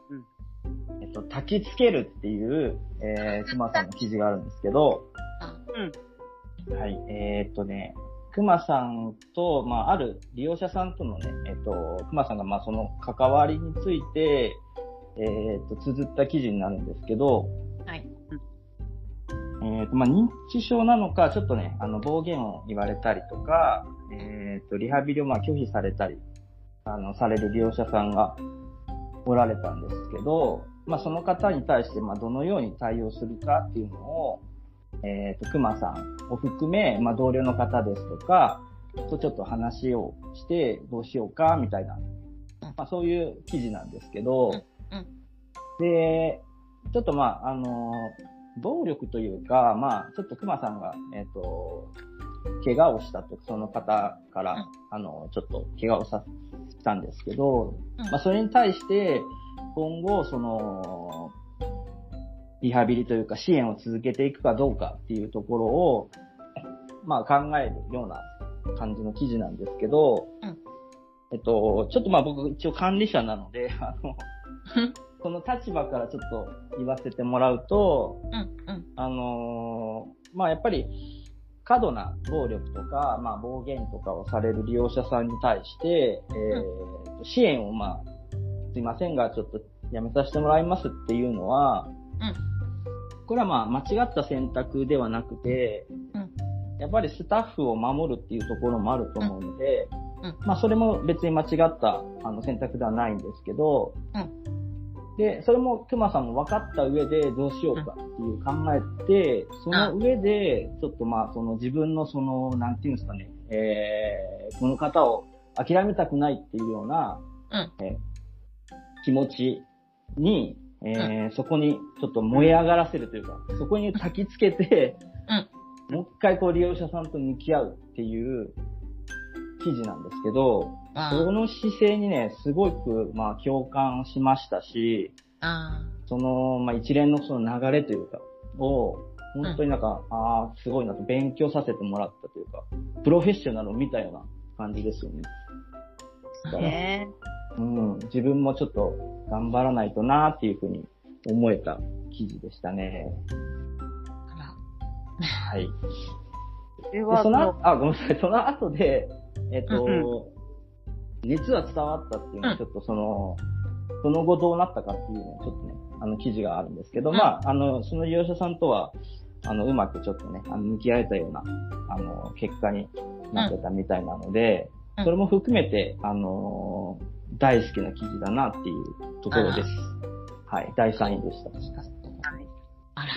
Speaker 1: うん。
Speaker 2: えっと、焚きつけるっていう、えー、熊さんの記事があるんですけど、
Speaker 3: あ
Speaker 2: はい、えーっとね、熊さんと、まあ、ある利用者さんとのね、えっと、熊さんが、まあ、その関わりについて、えーっと、綴った記事になるんですけど、
Speaker 3: はい。
Speaker 2: えーっと、まあ、認知症なのか、ちょっとね、あの、暴言を言われたりとか、えーっと、リハビリを、まあ、拒否されたり、あの、される利用者さんがおられたんですけど、まあ、その方に対して、まあ、どのように対応するかっていうのを、えっ、と、熊さんを含め、まあ、同僚の方ですとか、とちょっと話をして、どうしようか、みたいな、まあ、そういう記事なんですけど、
Speaker 3: うんうん
Speaker 2: で、ちょっとまあ、あの、暴力というか、まあ、ちょっと熊さんが、えっ、と、怪我をしたと、その方から、
Speaker 3: うん
Speaker 2: あの、ちょっと怪我をさせたんですけど、
Speaker 3: うん
Speaker 2: まあ、それに対して、今後、その、リハビリというか支援を続けていくかどうかっていうところを、まあ考えるような感じの記事なんですけど、
Speaker 3: うん
Speaker 2: えっと、ちょっとまあ僕一応管理者なので、あ の、その立場からちょっと言わせてもらうと、
Speaker 3: うん、うん、
Speaker 2: あのーまあやっぱり過度な暴力とか、まあ暴言とかをされる利用者さんに対して、えーと支援をまあ、すいませんが、ちょっとやめさせてもらいますっていうのは、
Speaker 3: うん
Speaker 2: これはまあ間違った選択ではなくて、
Speaker 3: うん
Speaker 2: やっぱりスタッフを守るっていうところもあると思うので、
Speaker 3: うんうん
Speaker 2: まあそれも別に間違ったあの選択ではないんですけど、
Speaker 3: うん
Speaker 2: で、それも熊さんも分かった上でどうしようかっていう考えて、その上で、ちょっとまあその自分のその、なんていうんですかね、えー、この方を諦めたくないっていうような、
Speaker 3: う
Speaker 2: えー気持ちに、えーそこにちょっと燃え上がらせるというか、そこに焚きつけて、もう一回こう利用者さんと向き合うっていう記事なんですけど、
Speaker 3: あ
Speaker 2: そ
Speaker 3: ー
Speaker 2: の姿勢にね、すごくまあ共感しましたし、
Speaker 3: あ
Speaker 2: その、まあ、一連のその流れというか、を、本当になんか、ああ、すごいなと勉強させてもらったというか、プロフェッショナルを見たような感じですよね。だから
Speaker 1: ね
Speaker 2: うん、自分もちょっと頑張らないとなっていうふうに思えた記事でしたね。
Speaker 3: ーあら。
Speaker 2: はい。で、
Speaker 1: え。これは、
Speaker 2: そ
Speaker 1: そ
Speaker 2: の
Speaker 1: の
Speaker 2: 後、あ、ごめんなさい、その後で、えっ
Speaker 1: うん
Speaker 2: と、熱は伝わったっていうの
Speaker 3: う
Speaker 2: は、
Speaker 3: ん
Speaker 2: ちょっとその、その後どうなったかっていうね、ちょっとね、あの記事があるんですけど、
Speaker 3: うん
Speaker 2: まあ、あの、その利用者さんとは、あの、うまくちょっとね、あの向き合えたような、あの、結果になってたみたいなので、
Speaker 3: うん
Speaker 2: それも含めて、あのー大好きな記事だなっていうところです。はい、第3位でした。
Speaker 3: あら。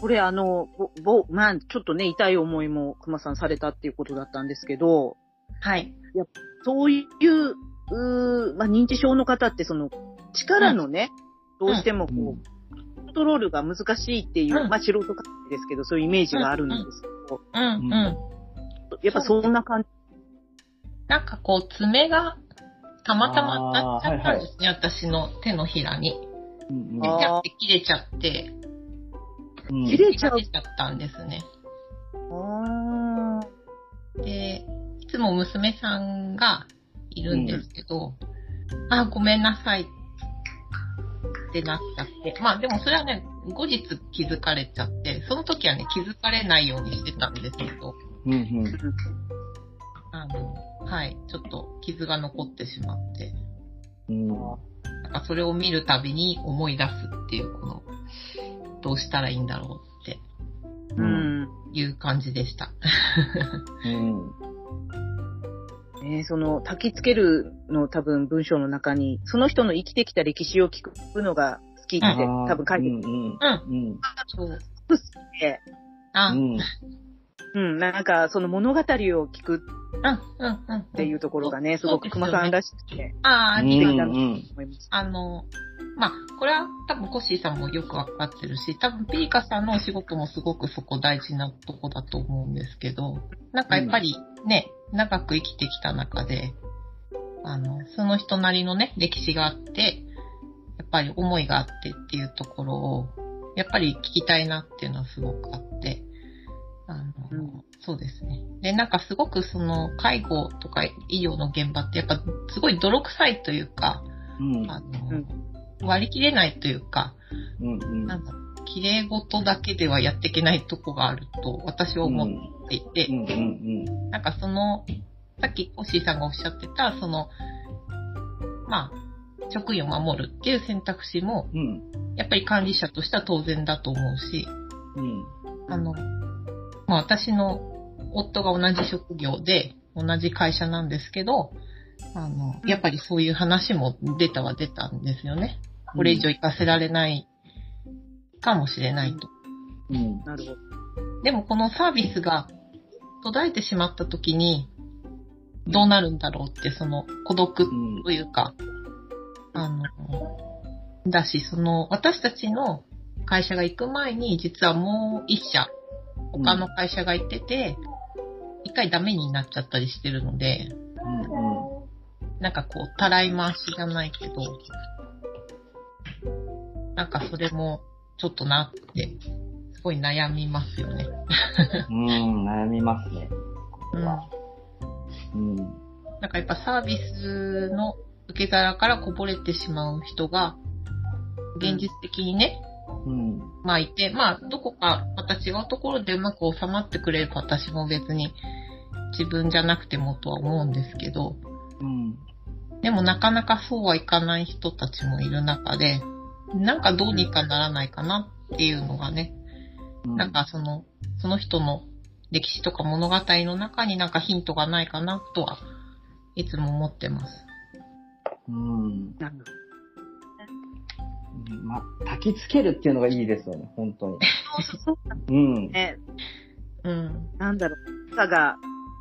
Speaker 1: これあの、ぼ、ぼ、まあ、ちょっとね、痛い思いも熊さんされたっていうことだったんですけど、
Speaker 3: はい。
Speaker 1: そういう、うーまあ、認知症の方ってその、力のね、どうしてもこう、コントロールが難しいっていう、
Speaker 3: うん
Speaker 1: まあ、素人感じですけど、そういうイメージがあるんですけど、
Speaker 3: うん、うん。
Speaker 1: やっぱそんな感じ。
Speaker 3: なんかこう、爪が、たまたま当たっちゃったんですね、私の手のひらに。
Speaker 2: うんうん
Speaker 3: ピ
Speaker 1: あー
Speaker 3: ャって切れちゃって、
Speaker 2: うん
Speaker 1: 切れちゃう
Speaker 3: 切れちゃったんですね。
Speaker 1: あー
Speaker 3: つも娘さんがいるんですけど、あ、ごめんなさいってなっちゃって。まあでもそれはね、後日気づかれちゃって、その時はね、気づかれないようにしてたんですけど、
Speaker 2: うんうん。
Speaker 3: あの、はい、ちょっと傷が残ってしまって、
Speaker 2: うん、
Speaker 3: なんかそれを見るたびに思い出すっていう、この、どうしたらいいんだろうって
Speaker 1: う
Speaker 2: うん
Speaker 1: ん。
Speaker 3: いう感じでした。
Speaker 2: うん
Speaker 1: ね、その、焚きつけるの多分文章の中に、その人の生きてきた歴史を聞くのが好きって
Speaker 3: う
Speaker 1: 多分書いて
Speaker 2: うんうんう
Speaker 3: うん、
Speaker 2: ん
Speaker 3: そう。
Speaker 1: て、
Speaker 3: あ、うん、
Speaker 2: うん
Speaker 1: うん、なんかその物語を聞く
Speaker 3: うん、うん。
Speaker 1: っていうところがね、す
Speaker 3: そう
Speaker 1: ご
Speaker 3: で
Speaker 1: く
Speaker 3: すよね
Speaker 1: 熊さんらしくて
Speaker 3: ああ、
Speaker 2: う
Speaker 1: き
Speaker 2: ん
Speaker 1: て
Speaker 2: う
Speaker 1: きたの
Speaker 2: ん
Speaker 1: 思います。
Speaker 3: あの、まあ、これは多分コッシーさんもよくわかってるし、多分ピリカさんのお仕事もすごくそこ大事なとこだと思うんですけど、なんかやっぱりね、長く生きてきた中で、あの、その人なりのね、歴史があって、やっぱり思いがあってっていうところを、やっぱり聞きたいなっていうのはすごくあって、あの、
Speaker 1: うん
Speaker 3: そうですね。で、なんかすごくその、介護とか医療の現場ってやっぱすごい泥臭いというか、
Speaker 2: うん
Speaker 3: あの、
Speaker 1: うん
Speaker 3: 割り切れないというか、
Speaker 2: うんうん
Speaker 3: なんだろう、綺麗事だけではやっていけないとこがあると私は思っていて、
Speaker 2: うんうん
Speaker 3: なんかその、さっきコッシーさんがおっしゃってた、その、まあ、職員を守るっていう選択肢も、
Speaker 2: うんうん
Speaker 3: やっぱり管理者としては当然だと思うし、
Speaker 2: うん
Speaker 3: あの、まあ私の夫が同じ職業で、同じ会社なんですけど、あの、やっぱりそういう話も出たは出たんですよね。これ以上行かせられないかもしれないと。
Speaker 2: うん
Speaker 1: なるほど。
Speaker 3: でもこのサービスが途絶えてしまった時に、どうなるんだろうって、その孤独
Speaker 2: うん
Speaker 3: というか、あの、だし、その、私たちの会社が行く前に、実はもう一社、他の会社が行ってて、一回ダメになっちゃったりしてるので、
Speaker 2: うん
Speaker 3: なんかこう、たらい回しじゃないけど、なんかそれも、ちょっとなって、すごい悩みますよね。
Speaker 2: うんうん悩みますね
Speaker 3: うん。
Speaker 2: うん
Speaker 3: なんかやっぱサービスの受け皿からこぼれてしまう人が、現実的にね、
Speaker 2: うん
Speaker 3: まあいて、まあどこかまた違うところでうまく収まってくれれば私も別に自分じゃなくてもとは思うんですけど、
Speaker 2: うん
Speaker 3: でもなかなかそうはいかない人たちもいる中で、なんかどうにかならないかなっていうのがね、
Speaker 2: う
Speaker 3: なんかその、その人の歴史とか物語の中になんかヒントがないかなとはいつも思ってます。
Speaker 2: うん
Speaker 1: なるほど
Speaker 2: うんまあ焚きつけるっていうのがいいですよね本当に
Speaker 1: そうだ
Speaker 2: うん
Speaker 1: ね。
Speaker 3: うん。
Speaker 1: なんだろう。さが、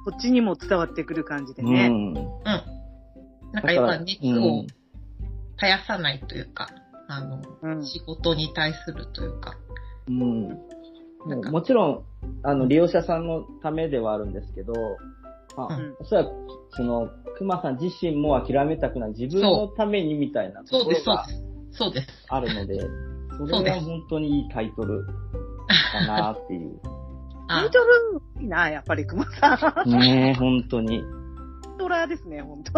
Speaker 1: こっちにも伝わってくる感じで
Speaker 2: う
Speaker 1: ね。
Speaker 2: ん
Speaker 3: うん。なん
Speaker 2: だ
Speaker 3: かやっぱ熱
Speaker 2: う
Speaker 3: を
Speaker 2: ん
Speaker 3: 絶やさないというか、あの、
Speaker 1: うん。
Speaker 3: 仕事に対するというか。
Speaker 2: うん
Speaker 3: なんか
Speaker 2: もちろん、あの、利用者さんのためではあるんですけど、まあ
Speaker 3: うん
Speaker 2: おそらく、その、熊さん自身も諦めたくない、自分のためにみたいなと
Speaker 3: そう
Speaker 2: こ
Speaker 3: で
Speaker 2: ろ
Speaker 3: す、そう
Speaker 2: が
Speaker 3: です。そうです。
Speaker 2: あるので、そ
Speaker 3: そう
Speaker 2: れ
Speaker 3: で
Speaker 2: は
Speaker 3: す
Speaker 2: 本当にいいタイトルだなって いう。
Speaker 1: タ
Speaker 3: あ
Speaker 1: イトル、いいな、やっぱり熊さん。タ
Speaker 2: ねえ、本当に。
Speaker 1: イトラーですね、ほんと。
Speaker 3: 実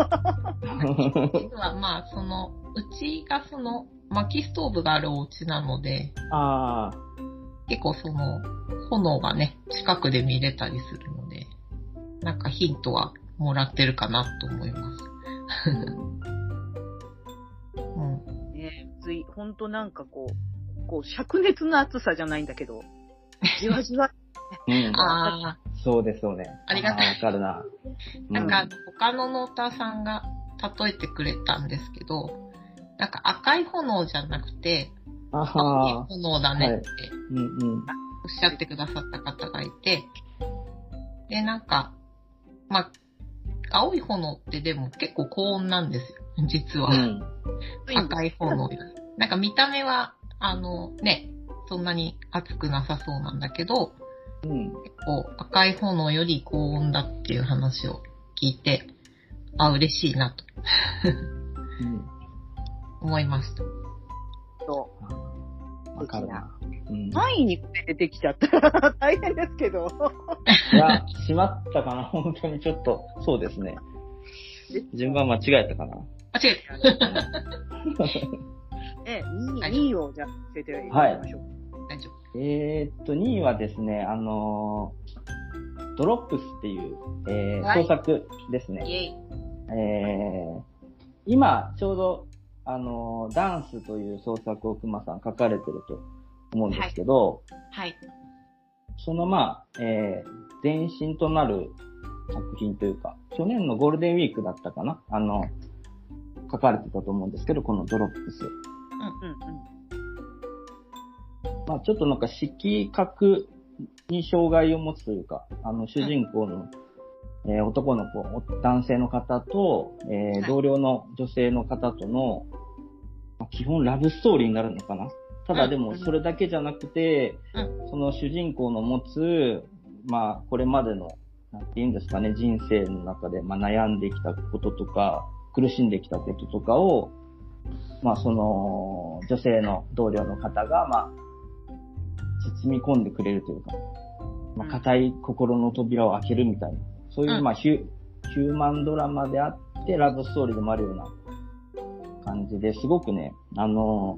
Speaker 3: はまあ、その、うちがその、薪ストーブがあるお家なので、
Speaker 2: ああ、
Speaker 3: 結構その、炎がね、近くで見れたりするので、なんかヒントはもらってるかなと思います。 うん。
Speaker 1: ね、つい、ほんとなんかこう、こう、灼熱の暑さじゃないんだけど、じわじわ、
Speaker 2: うん、
Speaker 3: ああ、
Speaker 2: そうです、そうね。
Speaker 3: ありがとう
Speaker 2: あーわかるな。
Speaker 3: なんかあの他のノーターさんが例えてくれたんですけど、なんか赤い炎じゃなくて、
Speaker 2: うん、あ
Speaker 3: 青い
Speaker 2: はー
Speaker 3: 炎だねって
Speaker 2: うんうん。
Speaker 3: おっしゃってくださった方がいて、で、なんか、まあ、青い炎ってでも結構高温なんですよ、実は。
Speaker 2: うん。
Speaker 1: ついんだ
Speaker 3: 赤い炎より。なんか見た目は、あのね、そんなに熱くなさそうなんだけど、
Speaker 2: うん。
Speaker 3: 結構赤い炎より高温だっていう話を聞いて、あ、嬉しいなと
Speaker 2: うん。
Speaker 3: 思いました。
Speaker 1: と。
Speaker 2: わかるな。うん、
Speaker 1: 3位に出てきちゃったら大変ですけど。
Speaker 2: いや、しまったかな、本当にちょっと。そうですね。順番間違えたか な。
Speaker 3: あ、違う。
Speaker 1: ね、2
Speaker 3: はい
Speaker 1: 位、2位をじゃあ教えていただきましょう。
Speaker 3: 大丈夫。
Speaker 2: えーっと、2位はですね、あのードロップスっていう、えー
Speaker 3: はい
Speaker 2: 創作です ね。
Speaker 3: イェイ。
Speaker 2: えー今、ちょうど、あのーダンスという創作を熊さん書かれてると思うんですけど、
Speaker 3: はい。
Speaker 2: そのまあ、えー前身となる作品というか、去年のゴールデンウィークだったかなあの、書かれてたと思うんですけど、このドロップス。
Speaker 1: うんうん。
Speaker 2: まあ、ちょっとなんか色覚に障害を持つというか、あの、主人公の、えー男の子、お男性の方と、えー
Speaker 3: はい
Speaker 2: 同僚の女性の方との、まあ基本ラブストーリーになるのかなただで
Speaker 3: う
Speaker 2: も
Speaker 3: ん
Speaker 2: それだけじゃなくて、
Speaker 3: う
Speaker 2: その主人公の持つ、まあ、これまでの、なんて言うんですかね、人生の中で、まあ、悩んできたこととか、苦しんできたこととかを、まあ、その、女性の同僚の方が、まあ、包み込んでくれるというか、まあ、
Speaker 1: うん
Speaker 2: 硬い心の扉を開けるみたいな、そういうう、
Speaker 3: ん
Speaker 2: まあ、ヒュヒューマンドラマであって、ラブストーリーでもあるような感じですごくね、あの、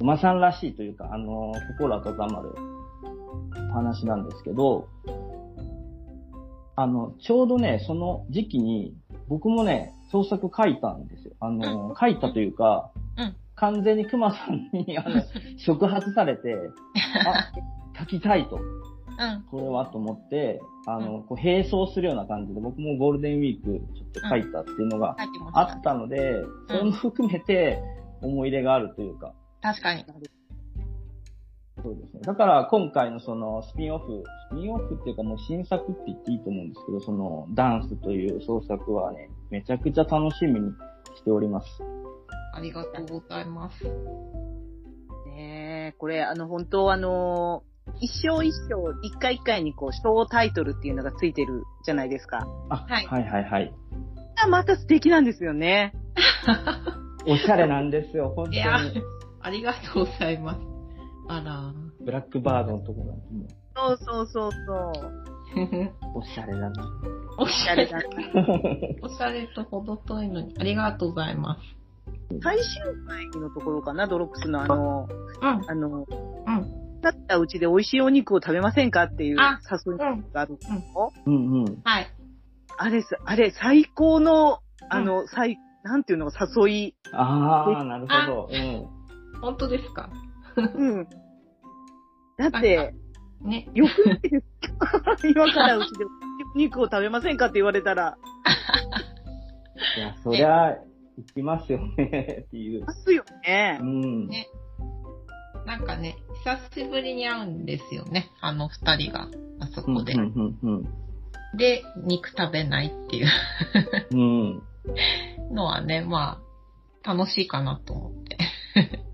Speaker 2: 馬さんらしいというか、あの、心温まるお話なんですけど、あの、ちょうどね、その時期に、僕もね、創作書いたんですよ。あの、書いたというか、
Speaker 3: うん
Speaker 2: 完全に熊さんに、あの、触発され て、あ、書きたいと、
Speaker 3: うん。
Speaker 2: これはと思って、あの、こう並走するような感じで、僕もゴールデンウィークちょっと書いたっていうのが
Speaker 3: 書いてま
Speaker 2: あ
Speaker 3: し
Speaker 2: ったので、それも含めて思い入れがあるというか、
Speaker 3: た。確かに。
Speaker 2: そうですね。だから今回のそのスピンオフ、スピンオフっていうかもう新作って言っていいと思うんですけど、そのダンスという創作はね、めちゃくちゃ楽しみにしております。
Speaker 3: ありがとうございます。
Speaker 1: ねえ、これ、あの、本当あのー一生一生、一回一回にこう、小タイトルっていうのがついてるじゃないですか。
Speaker 2: あ、
Speaker 3: はい
Speaker 2: はいはいはい。
Speaker 1: あまた素敵なんですよね。
Speaker 2: おしゃれなんですよ、本当
Speaker 3: い
Speaker 2: に
Speaker 3: や。ありがとうございます。あ ら。
Speaker 2: ブラックバードのとこなんても
Speaker 1: そうそうそうそう。
Speaker 2: うおしゃれだな。
Speaker 3: お
Speaker 1: お
Speaker 3: し
Speaker 1: し
Speaker 3: ゃ
Speaker 1: ゃ
Speaker 3: れ
Speaker 1: れ
Speaker 3: だ
Speaker 1: だ。
Speaker 3: おしゃれとほど遠いのに。ありがとうございます。
Speaker 1: 最終回のところかな、ドロップスのあの、
Speaker 3: うん。
Speaker 1: あの、
Speaker 3: うん。
Speaker 1: だったらうちで美味しいお肉を食べませんかっていう
Speaker 3: あ
Speaker 1: 誘いがある。
Speaker 2: うんうん。
Speaker 3: はい。
Speaker 1: あれす、あれ、最高の、あの、最、なんていうの、誘い。
Speaker 2: ああ、なる ほど。うん。
Speaker 3: 本当ですか
Speaker 1: うん。だっ
Speaker 3: なん
Speaker 1: て、
Speaker 3: ね。
Speaker 1: よくないですか今からうちでお肉を食べませんかって言われたら、
Speaker 2: いや、そりゃ、行きますよね、っていう。
Speaker 1: ますよね
Speaker 2: う。ん。
Speaker 3: ねなんかね、久しぶりに会うんですよね。あの二人が、あそ
Speaker 2: うん、
Speaker 3: こ
Speaker 2: う
Speaker 3: で。
Speaker 2: ん、うん、
Speaker 3: で、肉食べないっていう
Speaker 2: うん。うん。
Speaker 3: のはね、まあ、楽しいかなと思って。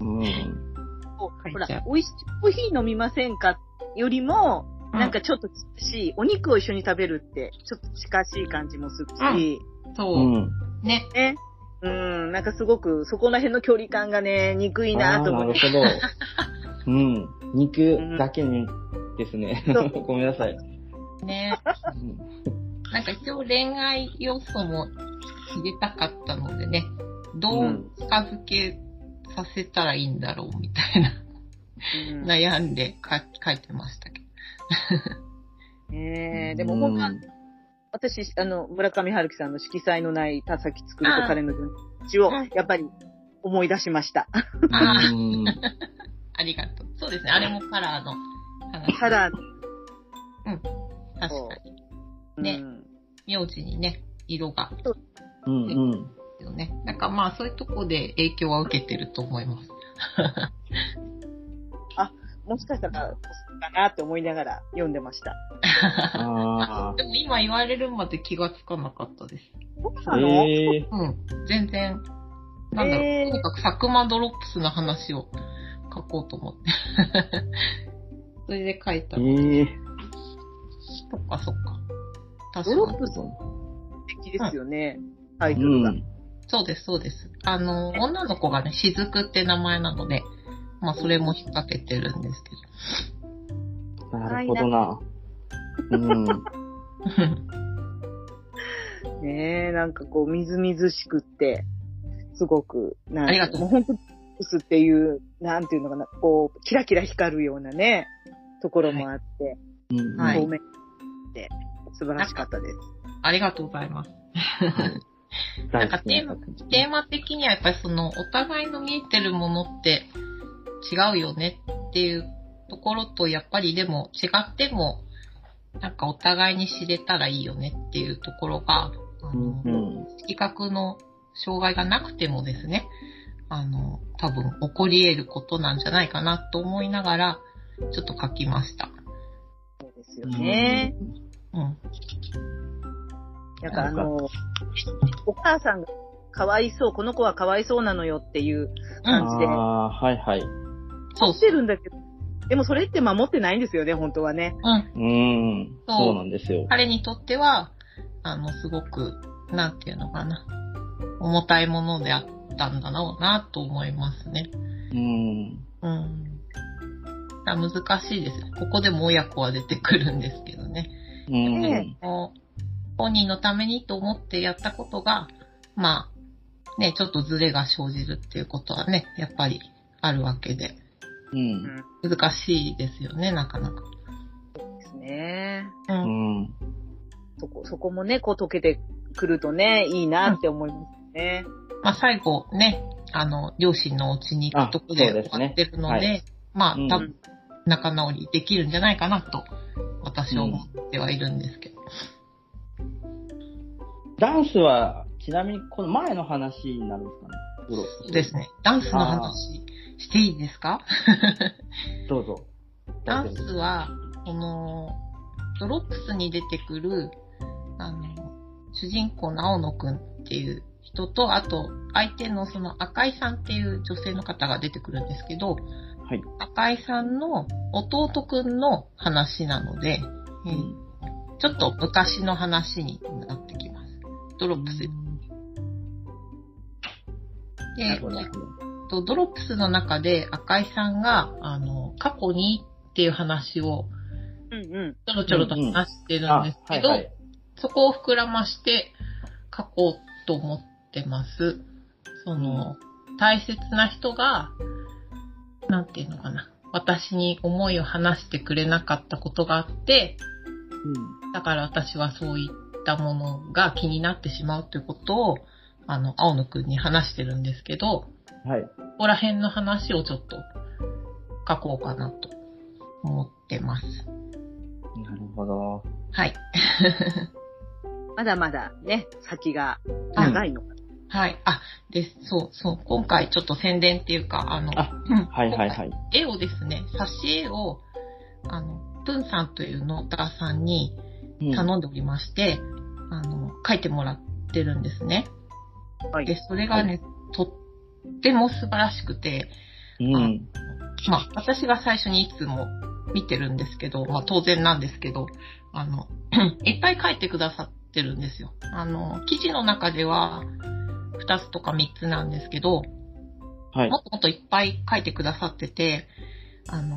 Speaker 2: うん。
Speaker 1: ほ
Speaker 3: い
Speaker 1: ら
Speaker 3: じゃあ、
Speaker 1: 美味しいコーヒー飲みませんかよりも、なんかちょっと近しい、お肉を一緒に食べるって、ちょっと近しい感じもするし、
Speaker 3: うん、
Speaker 2: う
Speaker 3: そ
Speaker 2: ん。
Speaker 3: う。ね。
Speaker 1: ね。うん、なんかすごく、そこら辺の距離感がね、憎いなと思って。
Speaker 2: あーなるほど。うん。肉だけにですね
Speaker 1: うんそう。
Speaker 2: ごめんなさい。
Speaker 3: ね。なんか一応恋愛要素も入れたかったのでね、どう近づけさせたらいいんだろうみたいな、
Speaker 1: うん
Speaker 3: 悩んでか書いてましたけど。
Speaker 1: ねえでも本当は、
Speaker 2: うん
Speaker 1: 私、あの、村上春樹さんの色彩のない田崎作ると彼の気持ちを
Speaker 3: うん、
Speaker 1: やっぱり思い出しました。
Speaker 3: あー
Speaker 2: うん。
Speaker 3: ありがとう。そうですね、あれもカラーの話。
Speaker 1: ただ、
Speaker 3: 確か
Speaker 1: うん
Speaker 3: ねに。名字にね、色が。
Speaker 2: うんうん。
Speaker 3: よね。なんかまあそういうとこで影響は受けてると思います。
Speaker 1: もしかしたら、そうかなって思いながら読んでました。
Speaker 2: あ
Speaker 3: でも今言われるまで気がつかなかったです。
Speaker 1: そう
Speaker 2: あ。
Speaker 1: なの、
Speaker 2: ええ
Speaker 3: うん。全然、なんだろう、
Speaker 1: えー
Speaker 3: とにかく佐久間ドロップスの話を書こうと思って。 それで書いたら、
Speaker 2: ええ
Speaker 3: そっかそっか。
Speaker 1: ド
Speaker 3: 確
Speaker 1: ロ
Speaker 3: か
Speaker 1: ッ
Speaker 3: に。
Speaker 1: プ素敵ですよね、タイト
Speaker 2: う
Speaker 1: ルが。
Speaker 2: ん。
Speaker 3: そうです、そうです。あの、女の子がね、しずくって名前なので、まあ、それも引っ掛けてるんですけ
Speaker 2: なるほどな。うん。
Speaker 3: ど。
Speaker 1: ねえ、なんかこう、みずみずしくって、すごく、なん
Speaker 3: ありがとう
Speaker 1: もう本当に、薄っていう、なんていうのかな、こう、キラキラ光るようなね、ところもあって、
Speaker 2: うん
Speaker 3: はい
Speaker 1: 透明で、素晴らしかったです。
Speaker 3: ありがとうござ います。
Speaker 2: 大好きな作品
Speaker 3: テーマ的にはやっぱりそのお互いの見えてるものって違うよねっていうところとやっぱりでも違ってもなんかお互いに知れたらいいよねっていうところが、あの
Speaker 2: う、ん。
Speaker 3: 比較の障害がなくてもですね、あの、多分起こり得ることなんじゃないかなと思いながらちょっと書きました。
Speaker 1: そうですよね。
Speaker 3: うん。
Speaker 1: なんかあの、お母さんがかわいそう、この子はかわいそうなのよっていう
Speaker 3: う
Speaker 2: あ
Speaker 1: 感
Speaker 3: ん。
Speaker 1: じで、
Speaker 2: あー、はいはい。
Speaker 3: そう
Speaker 1: してるんだけど、でもそれって守ってないんですよね、本当はね。
Speaker 3: うん。
Speaker 2: うん。
Speaker 3: そう
Speaker 2: そうなんですよ。
Speaker 3: 彼にとっては、あの、すごく、なんていうのかな、重たいものであったんだろうなと思いますね。
Speaker 2: うん。
Speaker 3: うん。だから難しいです。ここでも親子は出てくるんですけどね。
Speaker 2: うん。
Speaker 3: もう本人のためにと思ってやったことが、まあ、ね、ちょっとズレが生じるっていうことはね、やっぱりあるわけで、
Speaker 2: うん。
Speaker 3: 難しいですよね、なかなか。
Speaker 1: ですね。
Speaker 3: う。
Speaker 2: うんん。
Speaker 1: そこ、そこもね、こう溶けてくるとね、いいなって思いますね。
Speaker 3: まあ、最後ね、あの、両親のお家に行くとこ
Speaker 2: あ
Speaker 3: で
Speaker 2: そうですね
Speaker 3: 終わってるので、
Speaker 2: はい
Speaker 3: まあ、
Speaker 2: うん
Speaker 3: 多分、仲直りできるんじゃないかなと、私は思ってはいるんですけど。
Speaker 2: ダンスは、ちなみにこの前の話になるんですかね。どう
Speaker 3: そうですね。ダンスの話していいですか
Speaker 2: どうぞ。
Speaker 3: ダンスは、この、ドロップスに出てくる、あの、主人公の青野くんっていう人と、あと、相手のその赤井さんっていう女性の方が出てくるんですけど、
Speaker 2: はい。
Speaker 3: 赤井さんの弟くんの話なので、えーちょっと昔の話になってきます。ドロップス。
Speaker 2: な
Speaker 3: で
Speaker 2: るほ、ど。
Speaker 3: えっとドロップスの中で赤井さんが、あの、過去にっていう話を
Speaker 1: うんうん。
Speaker 3: ちょろちょろと話してるんですけど、
Speaker 2: あはい。
Speaker 3: そこを膨らまして書こうと思ってます。その、大切な人が、なんていうのかな。私に思いを話してくれなかったことがあって、だから私はそういったものが気になってしまうということを、あの、青野くんに話してるんですけど、
Speaker 2: うん。はい。
Speaker 3: ここら辺の話をちょっと書こうかなと思ってます。
Speaker 2: なるほど。
Speaker 3: はい。
Speaker 1: まだまだね、先が長いのかな。
Speaker 3: はい。あ、です。そうそう。今回ちょっと宣伝っていうか、あの、
Speaker 2: あ
Speaker 3: うん
Speaker 2: はいはい
Speaker 3: 今
Speaker 2: は
Speaker 3: 回
Speaker 2: い。
Speaker 3: 絵をですね、挿絵を、あの、プンさんというノーターさんに
Speaker 2: うん
Speaker 3: 頼んでおりまして、あの、描いてもらってるんですね。
Speaker 1: はい
Speaker 3: で、それがね、とっても素晴らしくて、
Speaker 2: うん。
Speaker 3: まあ、私が最初にいつも見てるんですけど、まあ当然なんですけど、あの、 いっぱい書いてくださってるんですよ。あの、記事の中では2つとか3つなんですけど、
Speaker 2: はい
Speaker 3: も。っともっといっぱい書いてくださってて、あの、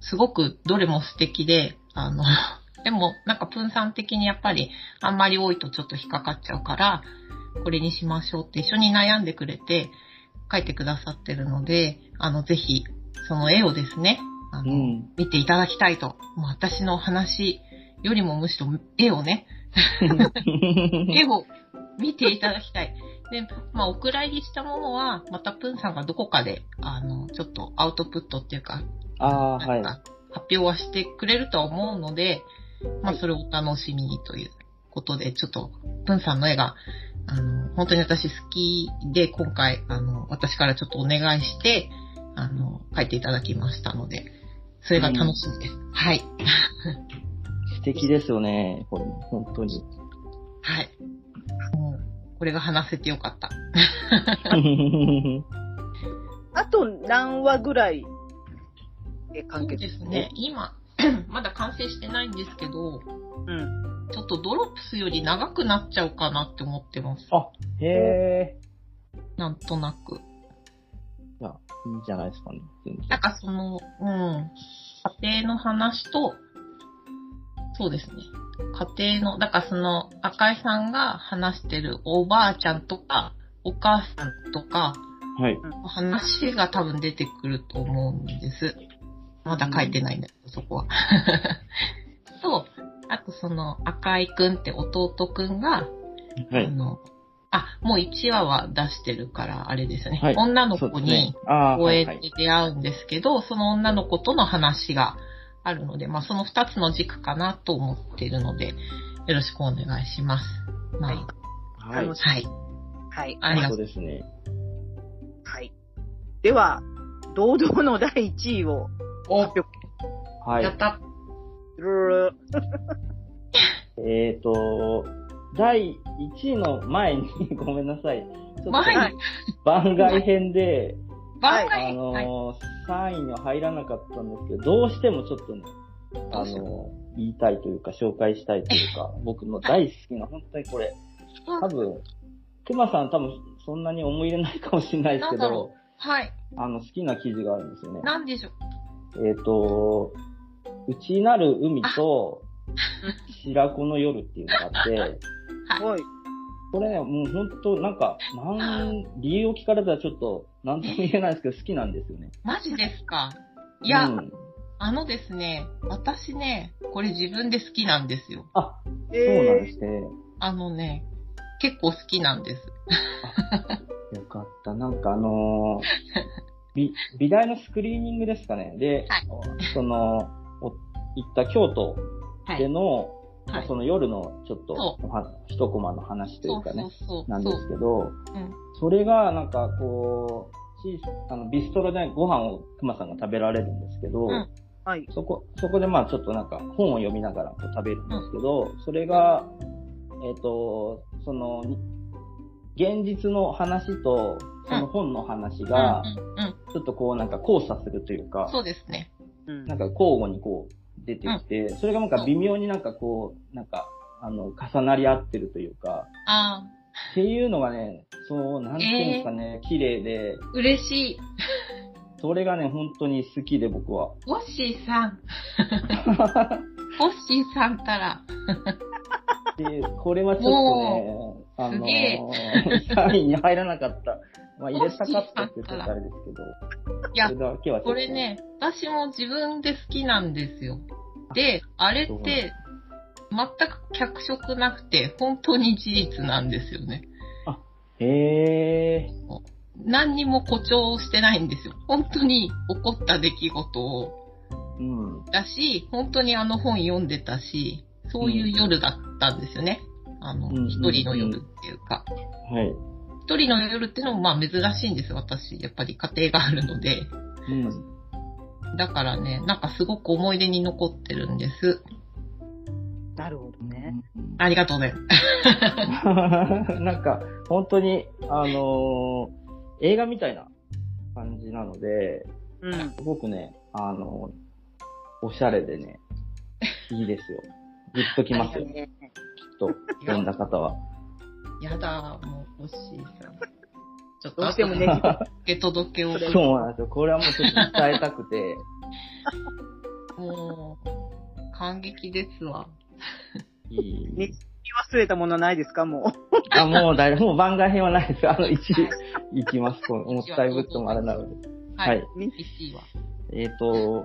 Speaker 3: すごくどれも素敵で、あの、 でもなんかプンさん的にやっぱりあんまり多いとちょっと引っかかっちゃうから、これにしましょうって一緒に悩んでくれて書いてくださってるので、あの、ぜひその絵をですね、あ
Speaker 2: う
Speaker 3: の、
Speaker 2: ん。
Speaker 3: 見ていただきたいと。もう私の話よりもむしろ絵をね、絵を見ていただきたい。で、まあ、お蔵入りしたものは、またプンさんがどこかで、あの、ちょっとアウトプットっていうか、
Speaker 2: ああー、は
Speaker 3: なん
Speaker 2: い。
Speaker 3: か発表はしてくれるとは思うので、まあ、それをお楽しみにということで、ちょっと、プンさんの絵が、あの、本当に私好きで、今回、あの、私からちょっとお願いして、あの、描いていただきましたので、それが楽しみです。はい。
Speaker 2: 素敵ですよね。これも、本当に。
Speaker 3: はい。もう、これが話せてよかった。
Speaker 1: あと何話ぐらいで完
Speaker 3: そう
Speaker 1: 結
Speaker 3: ですね。。今、 まだ完成してないんですけ
Speaker 1: う
Speaker 3: ど、
Speaker 1: ん。
Speaker 3: ちょっとドロップスより長くなっちゃうかなって思ってます。
Speaker 2: あ、へえ。
Speaker 3: なんとなく。
Speaker 2: いやいいじゃないですかね。全然
Speaker 3: なんかその、うん、家庭の話と、そうですね。家庭の、だからその、赤井さんが話してるおばあちゃんとか、お母さんとか、
Speaker 2: はい。
Speaker 3: 話が多分出てくると思うんです。まだ書いてないんだけど、そこは。 と、あとその、赤井くんって弟くんが、
Speaker 2: は
Speaker 3: あ
Speaker 2: い。
Speaker 3: の、あ、もう1話は出してるから、あれですよね。
Speaker 2: はい
Speaker 3: 女の
Speaker 2: そ
Speaker 3: 子
Speaker 2: うです
Speaker 3: に
Speaker 2: ね、。ああー、
Speaker 3: 公
Speaker 2: はい
Speaker 3: 園
Speaker 2: は
Speaker 3: で
Speaker 2: い。
Speaker 3: 出会うんですけど、その女の子との話があるので、まあ、その2つの軸かなと思っているので、よろしくお願いします。まあ、
Speaker 2: はい。
Speaker 1: 楽し
Speaker 3: はい。
Speaker 1: はい。
Speaker 3: ありがと
Speaker 2: そううですね。
Speaker 1: はい。では、堂々の第1位を発表。
Speaker 2: はい
Speaker 3: や。った。
Speaker 1: ルルル
Speaker 2: えっ、ー、と、第1位の前に、 ごめんなさい。ちょっと
Speaker 3: 前
Speaker 1: はい
Speaker 2: 番外編で、
Speaker 1: は
Speaker 2: あ
Speaker 3: 番外、
Speaker 2: の
Speaker 3: はい
Speaker 2: ー3位には入らなかったんですけど、どうしてもちょっとね、あ
Speaker 3: どうしよ
Speaker 2: のー言いたいというか、紹介したいという か、僕の大好きな、本当にこれ、多分、熊さん多分そんなに思い入れないかもしれないですけ
Speaker 3: なんだ
Speaker 2: ど
Speaker 3: ろ、はい。
Speaker 2: あの、好きな記事があるんですよね。
Speaker 3: なんでしょう。
Speaker 2: えっ、と、内なる海と
Speaker 1: あ、
Speaker 2: 白子の夜っていうのがあっ て、
Speaker 1: すごい。
Speaker 2: これね、もう本当なんか、なん、理由を聞かれたらちょっと、なんとも言えないですけど、好きなんですよね。
Speaker 3: マジですか。いや、
Speaker 2: うん
Speaker 3: あのですね、私ね、これ自分で好きなんですよ。
Speaker 2: あ、そうなんで
Speaker 1: え
Speaker 2: すね。
Speaker 3: あのね、結構好きなんです。
Speaker 2: よかった。なんかあ のー美、美大のスクリーニングですかね。で、
Speaker 3: はい
Speaker 2: その、お行った京都
Speaker 3: は
Speaker 2: で
Speaker 3: い。
Speaker 2: の、まあ
Speaker 3: はい
Speaker 2: その夜のちょっと
Speaker 3: そ
Speaker 2: おは、一コマの話とい
Speaker 3: そうう
Speaker 2: かね、
Speaker 3: そうそ
Speaker 2: な
Speaker 3: う。
Speaker 2: ん
Speaker 3: そ
Speaker 2: で
Speaker 3: う
Speaker 2: すけど、
Speaker 3: うん
Speaker 2: それがなんかこう、小さあのビストロでご飯を熊さんが食べられるんですけど、
Speaker 3: うん
Speaker 1: ー、はい。
Speaker 2: そこ、そこでまあちょっとなんか本を読みながらこう食べるんですけど、それが、えっ、と、その、に現実の話と、その本の話が、
Speaker 3: うんうんうん。
Speaker 2: ちょっとこうなんか交差するというか、
Speaker 3: そうですね。
Speaker 1: うん
Speaker 2: なんか交互にこう出てきて、それがなんか微妙になんかこう、なんか、あの、重なり合ってるというか、
Speaker 3: あ
Speaker 2: っていうのがね、そう、なんていうんですかね、綺麗で、
Speaker 3: あ、嬉しい。
Speaker 2: それがね、本当に好きで僕は。
Speaker 3: ホッシーさん。ホッシーさんたら。
Speaker 2: で、これはちょっとね、あの
Speaker 3: すげえ
Speaker 2: ー、3位に入らなかった。まあ、入れたかったって言ったらあれですけど、
Speaker 3: いや
Speaker 2: それ、だけはちょっと
Speaker 3: これ、ね、私も自分で好きなんですよ。で、あれって、全く脚色なくて、本当に事実なんですよね。
Speaker 2: へえ、
Speaker 3: 何にも誇張してないんですよ。本当に起こった出来事を、
Speaker 2: うん、
Speaker 3: だし、本当にあの本読んでたし、そういう夜だったんですよね。あの、
Speaker 2: うんうんうん
Speaker 3: 一人の夜っていうか。
Speaker 2: はい。
Speaker 3: 一人の夜ってのもまあ珍しいんですよ、私。やっぱり家庭があるので。
Speaker 2: うん、
Speaker 3: だからね、なんかすごく思い出に残ってるんです。
Speaker 1: なるほどね。
Speaker 3: ありがとうございま す。
Speaker 2: なんか、本当に、あのー映画みたいな感じなので、
Speaker 1: うん。
Speaker 2: すごくね、あのーおしゃれでね、いいですよ。グッときますよ、きっ と、読んだ方は。
Speaker 3: やだ、もう欲しいさ。ちょっと
Speaker 1: どうしてもね、
Speaker 3: 後で受け届けを。
Speaker 2: そうなんですよ。これはもうちょっと伝えたくて。
Speaker 3: もう、感激ですわ。
Speaker 2: いい
Speaker 1: ね聞き忘れたものないですか、もう。
Speaker 2: あ、もうだいもう番外編はないです。あの、1位、い きます。こうもったいぶってもあれなので。
Speaker 3: は
Speaker 2: はいい。
Speaker 3: 1位は。
Speaker 2: えっ、と、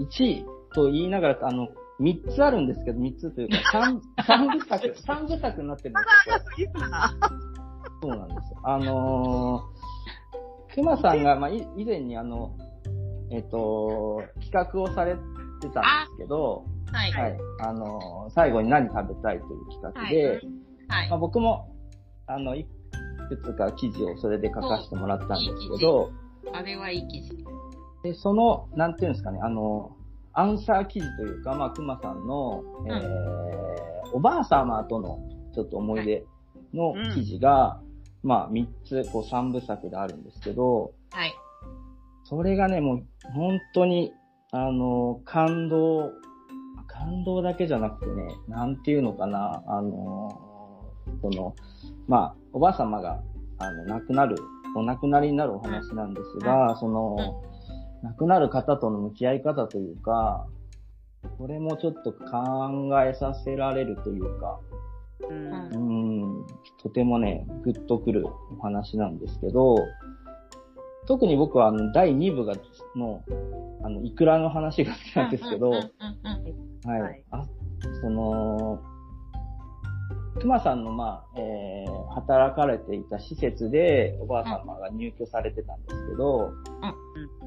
Speaker 2: 1位と言いながら、あの、3つあるんですけど、3つという か、3、三部作、三部作になってるんですよ。
Speaker 1: いいかな
Speaker 2: そうなんですよ。あのー、熊さんが、まあ、い以前にあの、えっ、と、企画をされてたんですけど、
Speaker 3: はい。
Speaker 2: はい。あのー、最後に何食べたいという企画で、
Speaker 3: はいはい
Speaker 2: まあ、。僕も、あの、いくつか記事をそれで書かせてもらったんですけど、
Speaker 3: あれはいい記事。
Speaker 2: でその、なんていうんですかね、あの、アンサー記事というか、まあ、熊さんの、えーおばあ様とのちょっと思い出の
Speaker 1: はいうん
Speaker 2: 記事が、まあ、3つ、こう、3部作であるんですけど、
Speaker 3: はい。
Speaker 2: それがね、もう、本当に、あの、感動、感動だけじゃなくてね、なんていうのかな、あの、その、まあ、おばあ様が、あの、亡くなるお亡くなりになるお話なんですが、その、亡くなる方との向き合い方というか、これもちょっと考えさせられるというか、
Speaker 1: うん
Speaker 2: うーん、とてもね、グッとくるお話なんですけど、特に僕はあの第2部がの、あの、イクラの話が好きなんですけど、
Speaker 3: うんう
Speaker 2: は
Speaker 3: んうん
Speaker 2: い。
Speaker 1: はい
Speaker 2: あその、熊さんの、まあ、えー働かれていた施設でおばあ様が入居されてたんですけど、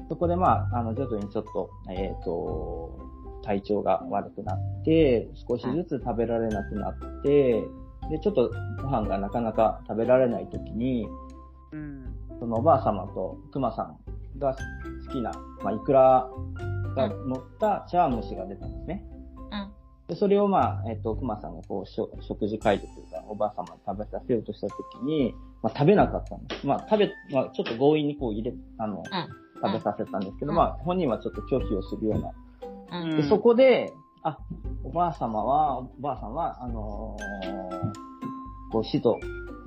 Speaker 2: そこでまあ、あの、徐々にちょっと、えっ、と、体調が悪くなって、少しずつ食べられなくなって、で、ちょっとご飯がなかなか食べられない時に、
Speaker 1: うん。
Speaker 2: そのおばあ様とクマさんが好きな、まあ、イクラが乗った茶碗蒸しが出たんですね。
Speaker 3: うん
Speaker 2: でそれをまあ、えっ、と、クマさんがこう、しょ食事介助というか、おばあ様に食べさせようとした時に、まあ、食べなかったんです。まあ、食べ、まあ、ちょっと強引にこう入れ、あの、食べさせたんですけど、
Speaker 3: うん
Speaker 2: まあ、本人はちょっと拒否をするような
Speaker 3: うんうん
Speaker 1: う
Speaker 2: で、
Speaker 1: ん
Speaker 2: そこで、あ、おばあ様は、おばあさんは、あのーこう死と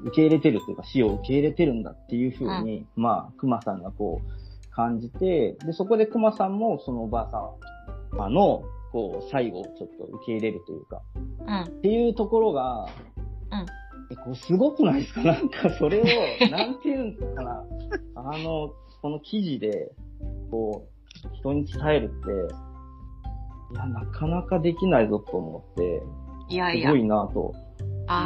Speaker 2: 受け入れてるというか死を受け入れてるんだっていうふうに、まあ、熊さんがこう感じて、で、そこで熊さんもそのおばあさんの、こう、最後をちょっと受け入れるというか、
Speaker 3: うん
Speaker 2: っていうところが、
Speaker 3: うん
Speaker 2: え、こう、すごくないですかなんか、それ を、なんていうんかな。あの、この記事で、こう、人に伝えるって、いや、なかなかできないぞと思って、
Speaker 3: いやい
Speaker 2: す
Speaker 3: や
Speaker 2: ご、いなと。
Speaker 3: あー、は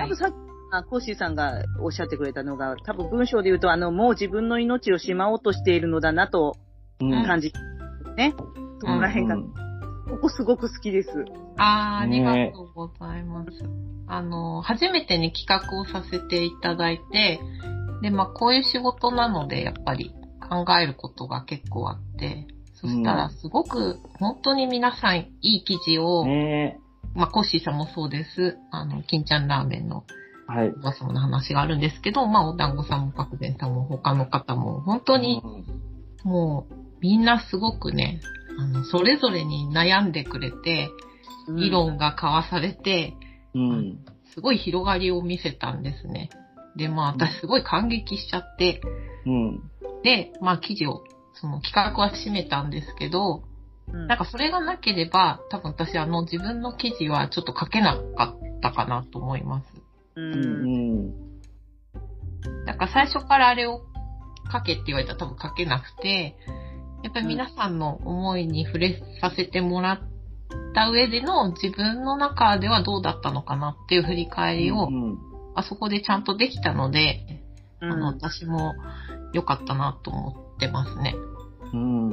Speaker 1: 多
Speaker 3: い
Speaker 1: 分。さっき、あコッシーさんがおっしゃってくれたのが、多分文章で言うと、あの、もう自分の命をしまおうとしているのだなと
Speaker 2: うん
Speaker 1: 感じ、ね。そこら辺が、
Speaker 2: う
Speaker 1: こ
Speaker 2: ん
Speaker 1: こすごく好きです。
Speaker 3: あー、あり
Speaker 2: ね
Speaker 3: がとうございます。あの、初めてね、企画をさせていただいて、で、まあ、こういう仕事なので、やっぱり考えることが結構あって、そした
Speaker 2: うん
Speaker 3: ら、すごく、本当に皆さん、いい記事を、
Speaker 2: ね
Speaker 3: まあ、コッシーさんもそうです、あの、金ちゃんラーメンの
Speaker 2: え。はい
Speaker 3: お。ばさんの話があるんですけど、まあ、お団子さんもパクゼンさんも他の方も、本当に
Speaker 2: うん
Speaker 3: もう、みんなすごくね、あの、それぞれに悩んでくれて、議論が交わされて、
Speaker 2: うん。
Speaker 3: すごい広がりを見せたんですね。で、まあ、私すごい感激しちゃって、
Speaker 2: うん。
Speaker 3: で、まあ、記事を、その企画は締めたんですけど、
Speaker 1: うん、
Speaker 3: なんかそれがなければ、多分私あの自分の記事はちょっと書けなかったかなと思います。
Speaker 1: う、
Speaker 2: うんん。
Speaker 3: なんか最初からあれを書けって言われたら多分書けなくて、やっぱり皆さんの思いに触れさせてもらった上での自分の中ではどうだったのかなっていう振り返りを、
Speaker 2: うん
Speaker 3: あそこでちゃんとできたので、
Speaker 1: う
Speaker 3: あの
Speaker 1: ん。
Speaker 3: 私も良かったなと思ってますね。
Speaker 2: うん。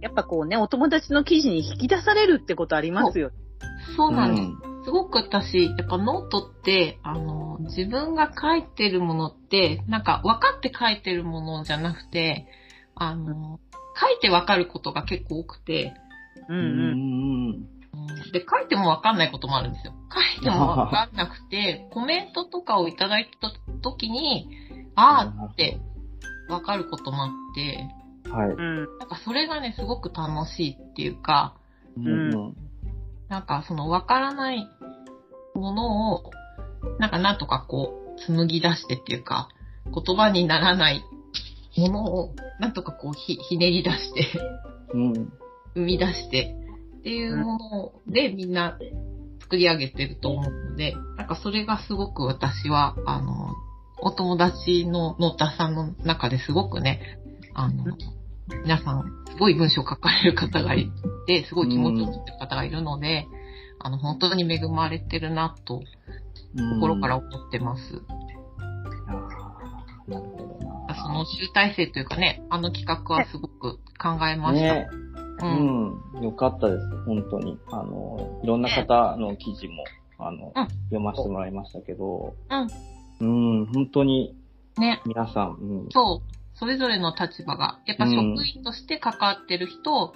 Speaker 1: やっぱこうね、お友達の記事に引き出されるってことありますよ。
Speaker 3: そうなんです。すごく私、やっぱノートって、あの、自分が書いてるものって、なんか分かって書いてるものじゃなくて、あの、書いて分かることが結構多くて、
Speaker 1: う
Speaker 2: うんん。
Speaker 3: で、書いても分かんないこともあるんですよ。書いても分かんなくて、コメントとかをいただいた時に、ああって分かることもあって、
Speaker 2: はい。
Speaker 1: うん。うん。
Speaker 3: なんかそれがね、すごく楽しいっていうか、
Speaker 1: ん
Speaker 2: うん
Speaker 3: なんかその分からないものを、なんかなんとかこう、紡ぎ出してっていうか、言葉にならないものを、なんとかこうひ、ひねり出して、
Speaker 2: うん。
Speaker 3: 生み出して、っていうものでみんな作り上げてると思うので、なんかそれがすごく私は、あの、お友達のノータさんの中ですごくね、あの、皆さん、すごい文章を書かれる方がいて、すごい気持ちを持ってる方がいるので、あの、本当に恵まれてるなと、
Speaker 2: うん
Speaker 3: 心から思ってます。
Speaker 2: あーなるほどな。
Speaker 3: その集大成というかね、あの企画はすごく考えました。
Speaker 2: ね、
Speaker 3: う。
Speaker 2: うんん、よかったです、本当に。あの、いろんな方の記事も、あの、
Speaker 3: うん
Speaker 2: 読ませてもらいましたけど、
Speaker 3: うん。
Speaker 2: うん、本当に
Speaker 3: ね。
Speaker 2: 皆さん、うん、
Speaker 3: そう。それぞれの立場が、やっぱ
Speaker 2: うん
Speaker 3: 職員として関わってる人、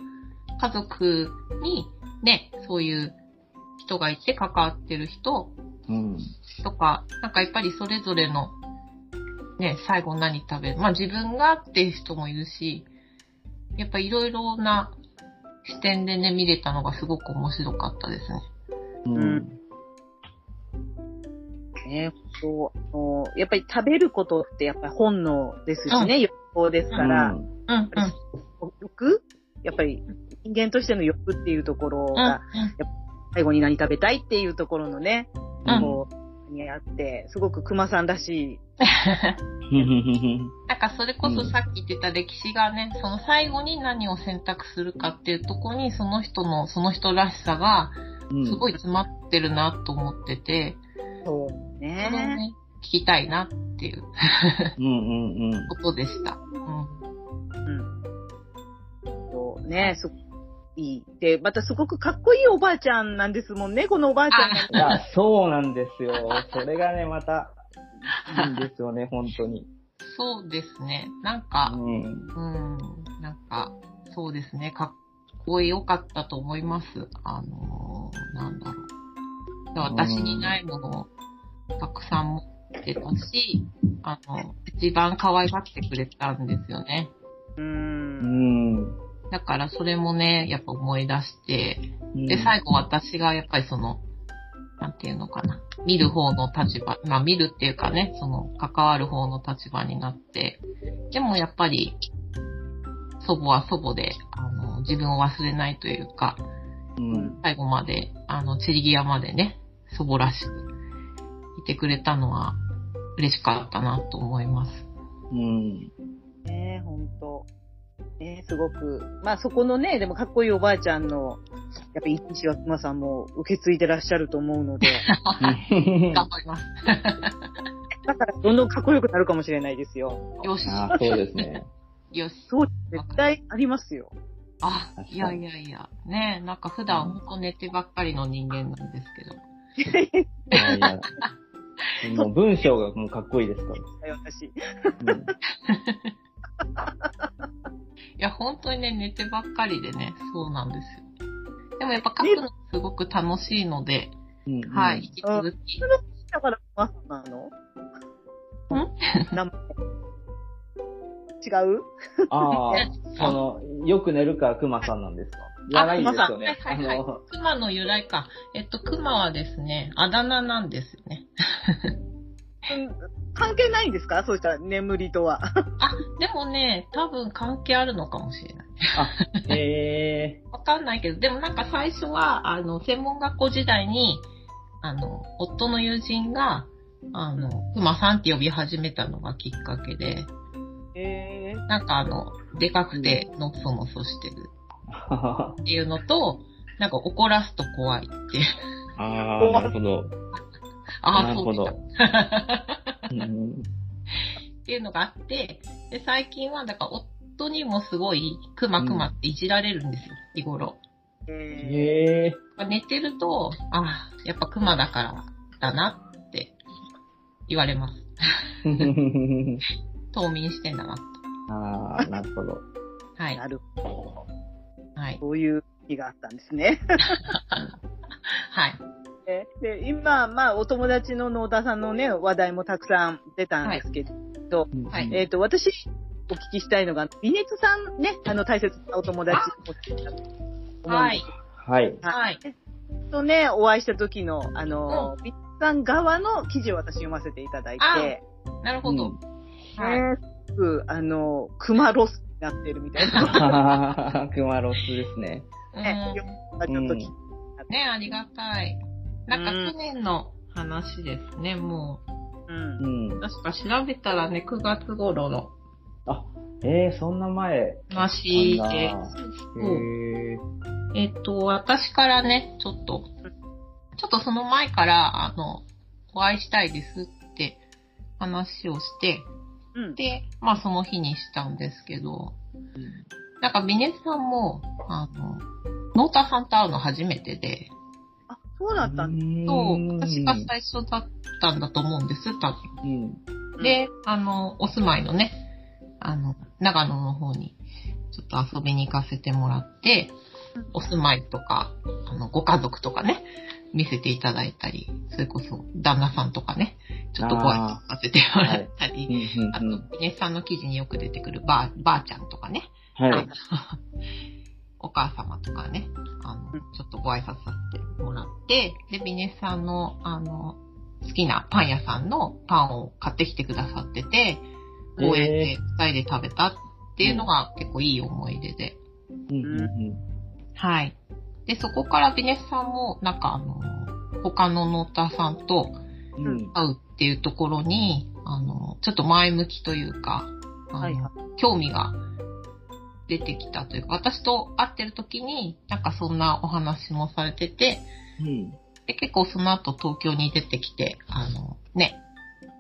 Speaker 3: 家族にね、そういう人がいて関わってる人
Speaker 2: うん、
Speaker 3: とか、なんかやっぱりそれぞれの、ね、最後何食べる、まあ自分がっていう人もいるし、やっぱいろいろな視点でね、見れたのがすごく面白かったですね。
Speaker 2: うん、
Speaker 1: うんね、こう、あのやっぱり食べることってやっぱり本能ですしね、欲望ですから、
Speaker 2: うん
Speaker 3: うんうん。
Speaker 1: 欲やっぱり人間としての欲っていうところ
Speaker 3: うん
Speaker 1: が、最後に何食べたいっていうところのね、
Speaker 3: うん
Speaker 1: こう、にあって、すごく熊さんらしい。
Speaker 3: なんかそれこそさっき言ってた歴史がね、その最後に何を選択するかっていうところに、その人の、その人らしさが、
Speaker 2: うん
Speaker 3: すごい詰まってるなと思ってて、
Speaker 1: そう
Speaker 3: それを
Speaker 1: ね。
Speaker 3: ね、聞きたいなっていう
Speaker 2: うんうんうん。
Speaker 3: ことでした。うん。
Speaker 1: うん。そうね、すいい。で、またすごくかっこいいおばあちゃんなんですもんね、このおばあちゃんが。
Speaker 2: いや、そうなんですよ。それがね、また、いいんですよね、本当に。
Speaker 3: そうですね。なん
Speaker 2: う
Speaker 3: か、
Speaker 2: ん。
Speaker 3: うん、なんか、そうですね。かっこよかったと思います。あのーなんだろう。私にないものをたくさん持ってたし、あの、一番可愛がってくれたんですよね。
Speaker 1: う。
Speaker 2: うんん。
Speaker 3: だからそれもね、やっぱ思い出して、
Speaker 2: で
Speaker 3: で、最後私がやっぱりその、なんていうのかな。見る方の立場、まあ見るっていうかね、その関わる方の立場になって、でもやっぱり、祖母は祖母で、あの、自分を忘れないというか、
Speaker 2: うん。
Speaker 3: 最後まで、あの、散り際までね、祖母らしくいてくれたのは嬉しかったなと思います。
Speaker 2: うん。
Speaker 1: ねえ、ほんと。ねえ、すごく。まあそこのね、でもかっこいいおばあちゃんの、やっぱ一日は熊さんも受け継いでらっしゃると思うので、
Speaker 3: 頑張ります。
Speaker 1: だからどんどんかっこよくなるかもしれないですよ。
Speaker 3: よし、
Speaker 2: あそうですね。
Speaker 3: よし。
Speaker 1: そう、絶対ありますよ。
Speaker 3: あ、
Speaker 2: 確かに
Speaker 3: いやいやいや。ねえ、なんか普段ほんと寝てばっかりの人間なんですけど。
Speaker 2: いやい やもう文章がもうかっこいいですか
Speaker 1: 私。
Speaker 2: ら。うん
Speaker 3: いや、本当にね、寝てばっかりでね、そうなんですよ。でもやっぱ書くのすごく楽しいので、
Speaker 2: うんうん
Speaker 3: はい、引き続き。
Speaker 1: だから熊さんなの
Speaker 3: ん
Speaker 1: 名前。違う
Speaker 2: ああ、その、よく寝るから熊さんなんですかいや、ないんですよね。
Speaker 3: あ熊さんはいはいはい
Speaker 2: の、
Speaker 3: 熊の由来か。えっと、熊はですね、あだ名なんですよね。
Speaker 1: うん関係ないんですかそういった眠りとは。
Speaker 3: あ、でもね、多分関係あるのかもしれない。
Speaker 2: あ、え え
Speaker 3: わかんないけど、でもなんか最初は、あの、専門学校時代に、あの、夫の友人が、あの、熊さんって呼び始めたのがきっかけで、
Speaker 1: え
Speaker 3: なんかあの、でかくて、のそのそしてる。
Speaker 2: あ
Speaker 3: っていうのと、なんか怒らすと怖いっていう。
Speaker 2: あー、なるほど。
Speaker 3: あ
Speaker 2: な
Speaker 3: あ、
Speaker 2: る
Speaker 3: そ
Speaker 2: ほ
Speaker 3: う
Speaker 2: ど
Speaker 3: だっ。
Speaker 2: うん
Speaker 3: ていうのがあって、で、最近は、だから夫にもすごい、クマクマっていじられるんですよ、日頃。
Speaker 1: ー、え
Speaker 2: え え
Speaker 3: 寝てると、ああ、やっぱクマだからだなって言われます。冬眠してんだなって。
Speaker 2: ああ、なるほど。
Speaker 3: は
Speaker 1: ー、
Speaker 3: い
Speaker 1: な。るほど。
Speaker 3: はい。
Speaker 1: そういう日があったんですね。
Speaker 3: はい。
Speaker 1: でで、今、まあ、お友達の野田さんのね、話題もたくさん出たんですけど、
Speaker 3: はい
Speaker 1: えっ、と、私、お聞きしたいのが、微熱さんね、あの、大切なお友達お聞きだと思うんです
Speaker 3: はい。
Speaker 2: はい。
Speaker 3: はい。
Speaker 1: とね、お会いした時の、あの、ビッツさん側の記事を私読ませていただいて、
Speaker 3: あなるほ
Speaker 2: う
Speaker 3: ど
Speaker 2: ん。
Speaker 3: はい。
Speaker 1: ねすごくあの、熊ロスになってるみたいなの
Speaker 2: あー熊ロスですね。
Speaker 3: うん
Speaker 1: がちょっと聞いて、
Speaker 3: ね、ありがたい。なんか去年の話ですね、もう。
Speaker 1: うん
Speaker 2: う。ん。
Speaker 3: 確か調べたらね、9月頃の
Speaker 2: あ、ええそんな前。
Speaker 3: 話
Speaker 2: あんな
Speaker 3: で、そう
Speaker 2: へえ
Speaker 3: えっと、私からね、ちょっと、ちょっとその前から、あの、お会いしたいですって話をして、
Speaker 1: うん。
Speaker 3: で、まあその日にしたんですけど、なんかビネスさんも、あの、ノータさんと会うの初めてで、
Speaker 1: あ、そうだったんだ。
Speaker 3: そう、私が
Speaker 2: うん
Speaker 3: 最初だったんだと思うんです、多分。
Speaker 2: うん。
Speaker 3: で、あの、お住まいのね、あの、長野の方に、ちょっと遊びに行かせてもらって、お住まいとか、あの、ご家族とかね、見せていただいたり、それこそ、旦那さんとかね、ちょっとご挨拶させてもらった
Speaker 2: うんう
Speaker 3: り、あ
Speaker 2: んう
Speaker 3: と
Speaker 2: ん、
Speaker 3: イネスさんの記事によく出てくるばあ、ばあちゃんとかね、
Speaker 2: はい。
Speaker 3: あの お母様とかね、あの、ちょっとご挨拶させてもらって、で、ビネさんの、あの、好きなパン屋さんのパンを買ってきてくださってて、こうやって二人で食べたっていうのが結構いい思い出で。
Speaker 2: うんうん
Speaker 3: はい。で、そこからビネスさんも、なんかあの、他のノーターさんと
Speaker 2: うん。うん。
Speaker 3: 会うっていうところに、あの、ちょっと前向きというか、あの
Speaker 1: はいは
Speaker 3: 興味が出てきたというか、私と会ってる時に、なんかそんなお話もされてて、
Speaker 2: うん。
Speaker 3: で、結構その後東京に出てきて、あの、ね、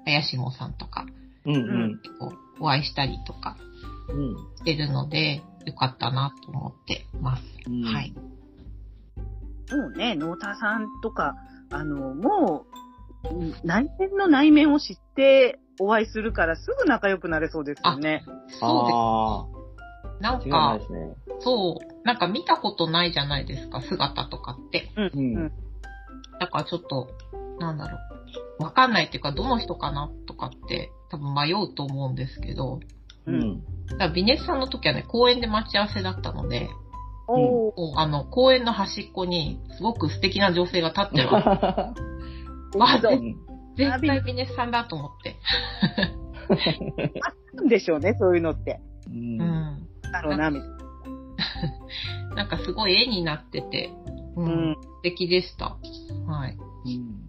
Speaker 3: 林もさんとか、
Speaker 2: うんうん。
Speaker 3: 結構お会いしたりとか
Speaker 2: うん。
Speaker 3: してるので、よかったなと思ってます。
Speaker 2: うん
Speaker 3: はい。
Speaker 1: もうね、ノーターさんとか、あの、もう、うん内面の内面を知ってお会いするからすぐ仲良くなれそうですよね。
Speaker 3: そ
Speaker 2: あ
Speaker 3: うです。な
Speaker 2: あ、違
Speaker 3: ん
Speaker 2: いな
Speaker 3: か
Speaker 2: いで、すね。
Speaker 3: そう、なんか見たことないじゃないですか、姿とかって。
Speaker 2: うん。
Speaker 1: うん
Speaker 3: だからちょっと、なんだろう。わかんないっていうか、どの人かなとかって、多分迷うと思うんですけど、
Speaker 2: う
Speaker 1: うんん。
Speaker 3: だからビネスさんの時はね、公園で待ち合わせだったので、
Speaker 1: おー
Speaker 3: もうあの、公園の端っこに、すごく素敵な女性が立ってるわけ。わ あ、
Speaker 1: そう
Speaker 3: 絶絶対ビネスさんだと思って。
Speaker 1: なんでしょうね、そういうのって。
Speaker 2: う。
Speaker 3: うんん。
Speaker 1: だろうな、みたいな。
Speaker 3: なんかすごい絵になってて、う
Speaker 1: うんん。。
Speaker 3: 素敵でした。は
Speaker 2: う
Speaker 3: い。
Speaker 2: ん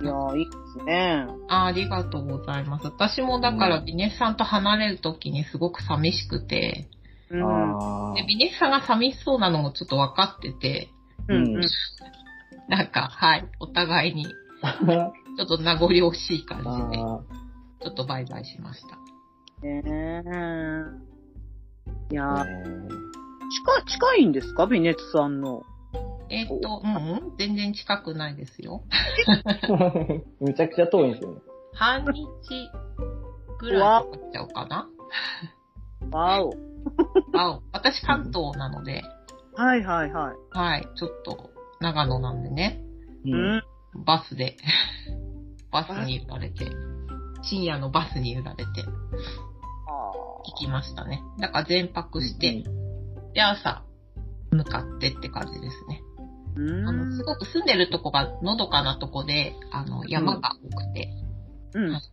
Speaker 1: いやーいいですね。
Speaker 3: あありがとうございます。私もだから、
Speaker 2: うん
Speaker 3: ビネスさんと離れる時にすごく寂しくて、
Speaker 1: うん。
Speaker 2: ああ
Speaker 3: で、ビネスさんが寂しそうなのもちょっと分かってて、
Speaker 1: うんうん。
Speaker 3: なんか、はい、お互いに、ちょっと名残惜しい感じで、
Speaker 2: あ
Speaker 3: ちょっとバイバイしました。
Speaker 1: ねえ。いや
Speaker 2: あ
Speaker 1: ー、近、近いんですか微熱さんの。
Speaker 3: えーっと、うん、うん、全然近くないですよ。
Speaker 2: ねむちゃくちゃ遠いんですよね。
Speaker 3: 半日ぐらいかかっちゃうかな
Speaker 1: わお。
Speaker 3: あ私関東なので、
Speaker 1: はいはいはい。
Speaker 3: はい、ちょっと長野なんでね、
Speaker 2: う
Speaker 1: うん。
Speaker 3: バスで、 バスに揺られて、深夜のバスに揺られて
Speaker 1: あ
Speaker 3: 行きましたね。だから全泊して、で、朝、向かってって感じですね。
Speaker 1: ーう
Speaker 3: あの、す
Speaker 1: ん。
Speaker 3: ごく住んでるとこがのどかなとこで、あの、山が多くて、
Speaker 1: うん。
Speaker 3: ち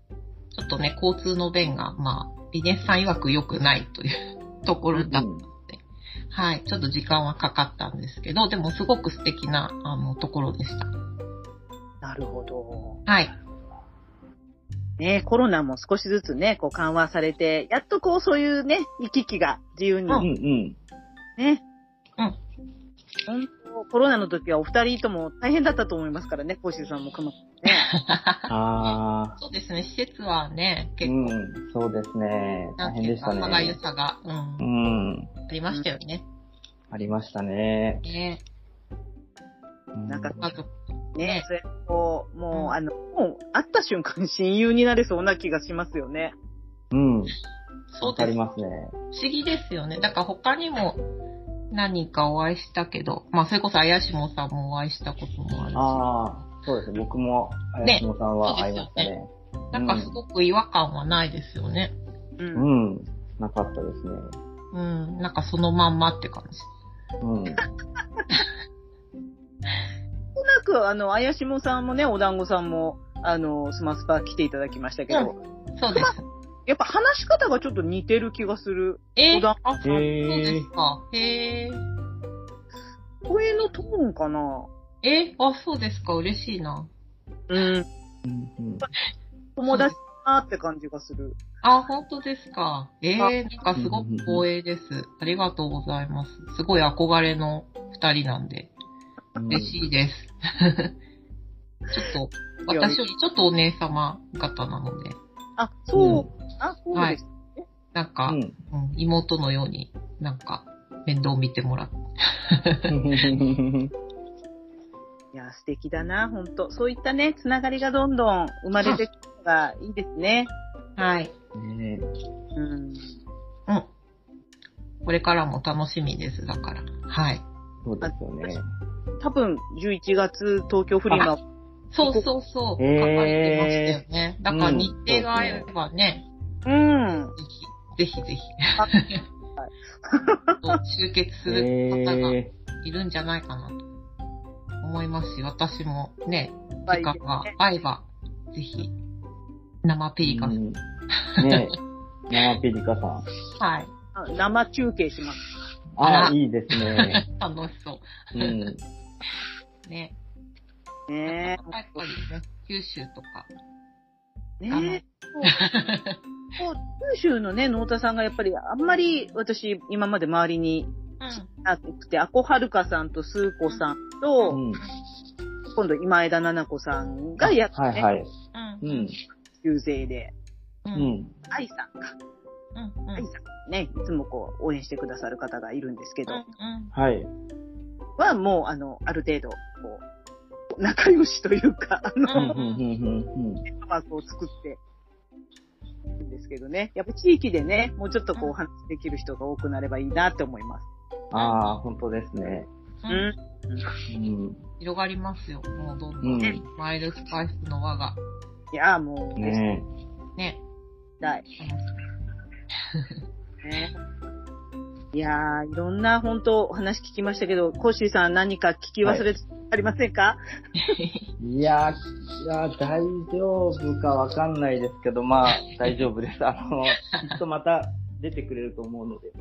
Speaker 3: ょっとね、交通の便が、まあ、ビジネスさん曰く良くないという ところだったので、はい、ちょっと時間はかかったんですけど、でもすごく素敵な、あの、ところでした。
Speaker 1: なるほど。
Speaker 3: はい。
Speaker 1: ね、コロナも少しずつね、こう緩和されて、やっとこうそういうね、行き来が自由に
Speaker 3: う
Speaker 2: うんうん。
Speaker 1: ね。
Speaker 3: うん。
Speaker 1: 本当、コロナの時はお二人とも大変だったと思いますからね、コーシーさんも熊さんもね。
Speaker 2: ああ。
Speaker 3: そうですね、施設はね、
Speaker 2: う
Speaker 3: 結構、
Speaker 2: ん。そうですね。
Speaker 3: な
Speaker 2: 大
Speaker 3: んて
Speaker 2: 変
Speaker 3: い
Speaker 2: で
Speaker 3: う
Speaker 2: し
Speaker 3: か、
Speaker 2: た
Speaker 3: 歯がゆ
Speaker 2: ね。
Speaker 3: さが、うん
Speaker 2: う、ん。
Speaker 3: ありましたよね。
Speaker 2: ありましたね。
Speaker 3: ね
Speaker 2: うん
Speaker 1: なんか
Speaker 3: 家族
Speaker 1: ね
Speaker 3: ね、
Speaker 1: それこう、も
Speaker 3: うん
Speaker 1: う、あの、もう会った瞬間親友になれそうな気がしますよね。
Speaker 2: うん。
Speaker 3: そ
Speaker 2: わ
Speaker 3: う
Speaker 2: か
Speaker 3: です。
Speaker 2: り
Speaker 3: 不
Speaker 2: ますね。
Speaker 3: 思議ですよね。だから他にも何人かお会いしたけど、まあそれこそ綾下さんもお会いしたこともあるし、
Speaker 2: ああ。そうですね。僕も、
Speaker 3: ね
Speaker 2: 林下さんは会いましたね。
Speaker 3: なんかすごく違和感はないですよね。
Speaker 1: う。
Speaker 2: うんん。なかったですね。
Speaker 3: うん、なんかそのまんまって感じ。
Speaker 2: うん。
Speaker 1: 少なく、あの、あやしもさんもね、お団子さんも、あの、スマスパ来ていただきましたけど、
Speaker 3: うそうです。
Speaker 1: やっぱ話し方がちょっと似てる気がする。
Speaker 3: え
Speaker 1: お
Speaker 3: ー、
Speaker 1: だ
Speaker 3: あ、そうそうですか。へえ。
Speaker 1: 声のトーンかな
Speaker 3: えー、あ、そうですか。嬉しいな。
Speaker 1: うん。
Speaker 2: うん
Speaker 1: 友達だなって感じがする。
Speaker 3: あ、本当ですか。ええ
Speaker 1: あ
Speaker 3: なんかすごく光栄です。ありがとうございます。すごい憧れの二人なんで、
Speaker 2: うん
Speaker 3: 嬉しいです。 ちょっと、私よりちょっとお姉様方なので、
Speaker 1: あ、そう。あ、そう
Speaker 3: は
Speaker 1: で
Speaker 3: い
Speaker 1: す。
Speaker 3: なんか、
Speaker 2: うん。
Speaker 3: うん妹のように、なんか、面倒見てもらって。
Speaker 1: いや、素敵だな、ほんと。そういったね、つながりがどんどん生まれてくるのがいいですね。
Speaker 3: はい。
Speaker 2: ね
Speaker 1: うん。
Speaker 3: うん。これからも楽しみです、だから。はい。
Speaker 2: そうですよね。
Speaker 1: 多分、11月東京フリマ。
Speaker 3: そうそうそう、
Speaker 2: へー
Speaker 3: 書かれてましたよね。だから
Speaker 2: うん
Speaker 3: 日程が合えばね、
Speaker 1: うん。
Speaker 3: ぜひ、ぜひぜひ。
Speaker 1: あ
Speaker 3: 集結する方が
Speaker 2: え
Speaker 3: いるんじゃないかなと思思いますし、私もね、
Speaker 1: は
Speaker 3: 時
Speaker 1: い
Speaker 3: 間が合えば、ぜひ、生ペリカン、
Speaker 2: うんねえ、生ピリカさん。
Speaker 3: はい。
Speaker 1: あ生中継します。
Speaker 2: あ
Speaker 3: あ
Speaker 2: あ、いいですね。
Speaker 3: 楽しそ
Speaker 2: うん。
Speaker 3: う。ね。
Speaker 1: ね
Speaker 3: やっぱりね、九州とか。
Speaker 1: え。ねえ。こうこう九州のね、農田さんがやっぱりあんまり私今まで周りに
Speaker 3: う。
Speaker 1: なくて、アコハルカさんとスーコさんと、
Speaker 2: うん。
Speaker 1: 今度今枝七子さんがやって、ね
Speaker 2: はいはい。うんん。
Speaker 1: 旧勢で、
Speaker 3: う。
Speaker 2: うんん。
Speaker 1: 愛さんか、
Speaker 3: うん。
Speaker 1: 愛さんね、いつもこう応援してくださる方がいるんですけど、
Speaker 3: うん。
Speaker 2: はい。
Speaker 1: はもうあの、ある程度、こう、仲良しというか、 あ
Speaker 2: うん、
Speaker 1: の、
Speaker 2: うん、うん、
Speaker 1: マークを作って、るんですけどね。やっぱ地域でね、もうちょっとこうお話しできる人が多くなればいいなって思います。
Speaker 2: うん。ああ、本当ですね。
Speaker 3: うん。
Speaker 2: うん。
Speaker 3: 広がりますよ、もうどん
Speaker 2: う
Speaker 3: どん。
Speaker 2: ん。
Speaker 3: マイルスパイスの輪が。
Speaker 1: いやーもう、ね、
Speaker 2: ね
Speaker 3: ね。
Speaker 1: 大ね。いやー、いろんな本当お話聞きましたけど、コッシーさん何か聞き忘れてありませんか、
Speaker 2: え。いやー、いやー大丈夫かわかんないですけど、ま あ、大丈夫です。あの、きっとまた出てくれると思う ので。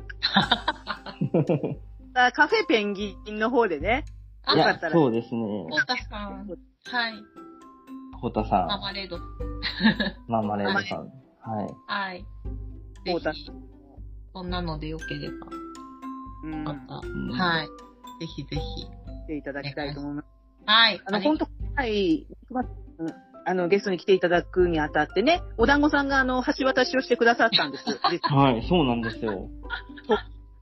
Speaker 1: あカフェペンギンの方でね、
Speaker 3: あ
Speaker 2: い
Speaker 1: よかっ
Speaker 2: や
Speaker 1: た、ら
Speaker 2: そうです
Speaker 3: コ
Speaker 2: ね。
Speaker 3: ータさん。はい。
Speaker 2: ホタさ
Speaker 3: マー
Speaker 2: ん、
Speaker 3: マレード。
Speaker 2: ママレードさん。はい。
Speaker 3: はい。ぜ
Speaker 1: コータ
Speaker 3: ひ、そんなのでよければ、
Speaker 1: うん、
Speaker 3: また。
Speaker 2: ん
Speaker 3: はい。ぜひぜひ。
Speaker 1: 来ていただきたいと思います。
Speaker 3: はい。
Speaker 1: あの、本当今回、うんあの、ゲストに来ていただくにあたってね、お団子さんがあの、橋渡しをしてくださったん です。実は
Speaker 2: はい、そうなんですよ。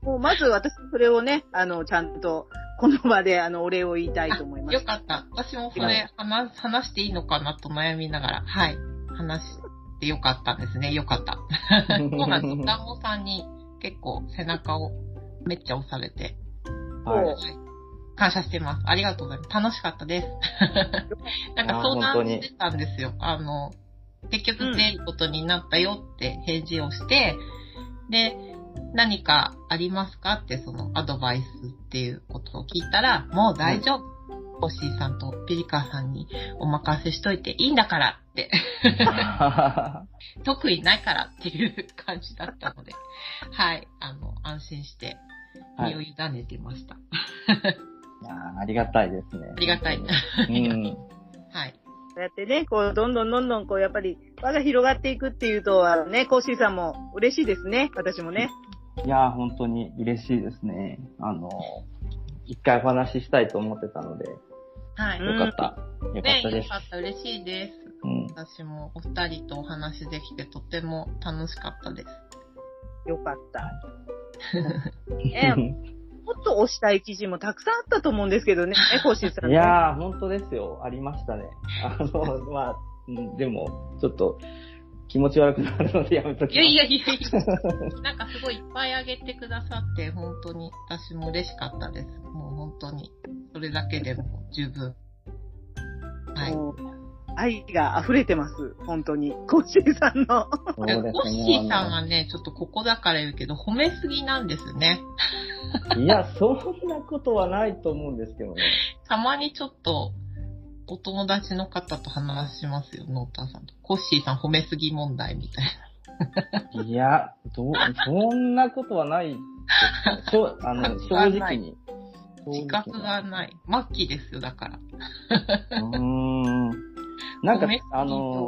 Speaker 1: もうまず私、それをね、あの、ちゃんと、この場で、あの、お礼を言いたいと思います
Speaker 3: よ。かった。私もそ
Speaker 2: は
Speaker 3: れ
Speaker 2: い
Speaker 3: 話、話していいのかなと悩みながら、はい。話してよかったんですね。よかった。そうなんです。団子さんに結構背中をめっちゃ押されて、
Speaker 2: はい。
Speaker 3: 感謝してます。ありがとうございます。楽しかったです。なんか相
Speaker 2: あ本当
Speaker 3: 談
Speaker 2: に
Speaker 3: してたんですよ。あの、結局出ることになったよって返事をして、で、何かありますかってそのアドバイスっていうことを聞いたら、もう大丈夫。コッシーさんとピリカさんにお任せしといていいんだからって、 特にないからっていう感じだったので、はい、あの、安心して
Speaker 2: は
Speaker 3: 身
Speaker 2: い
Speaker 3: を。委ねてました。
Speaker 2: いやーありがたいですね。
Speaker 3: ありがたい。
Speaker 2: うん。
Speaker 3: はい。
Speaker 1: そうやってね、こう、どんどんどんどん、こう、やっぱり、輪が広がっていくっていうと、あのね、コーシーさんも嬉しいですね、私もね。
Speaker 2: いやー本当に嬉しいですね。あのー、一回お話ししたいと思ってたので、よ
Speaker 3: はい。
Speaker 1: うん
Speaker 2: かった。よかっ
Speaker 3: ね、
Speaker 2: たで
Speaker 3: よ
Speaker 2: す
Speaker 3: か。った、嬉しいです。
Speaker 2: うん。
Speaker 3: 私もお二人とお話できてとても楽しかったです。
Speaker 1: よかった。 ね、もっと押したい記事もたくさんあったと思うんですけどね、コーシーさん、
Speaker 2: い
Speaker 1: ね。
Speaker 2: やー本当ですよ。ありましたね。あの、まあ、うんでも、ちょっと、気持ち悪くなるのでやめときます。
Speaker 3: いやいやいやいや、 なんかすごいいっぱいあげてくださって、本当に私も嬉しかったです。もう本当に、それだけでも十分。はい。
Speaker 1: もう愛が溢れてます、本当に。コーシーさんの。
Speaker 2: そうですね
Speaker 3: コッシーさんはね、ちょっとここだから言うけど、褒めすぎなんですね。
Speaker 2: いや、そんなことはないと思うんですけどね。
Speaker 3: たまにちょっと、お友達の方と話しますよ、ノーターさんと。コッシーさん褒めすぎ問題みたい
Speaker 2: いや、どう、そんなことはないですね。そう、あの、正直に。
Speaker 3: な。自覚がない。末期ですよ、だから。
Speaker 2: うーんなんか
Speaker 3: ごめん、
Speaker 2: あの、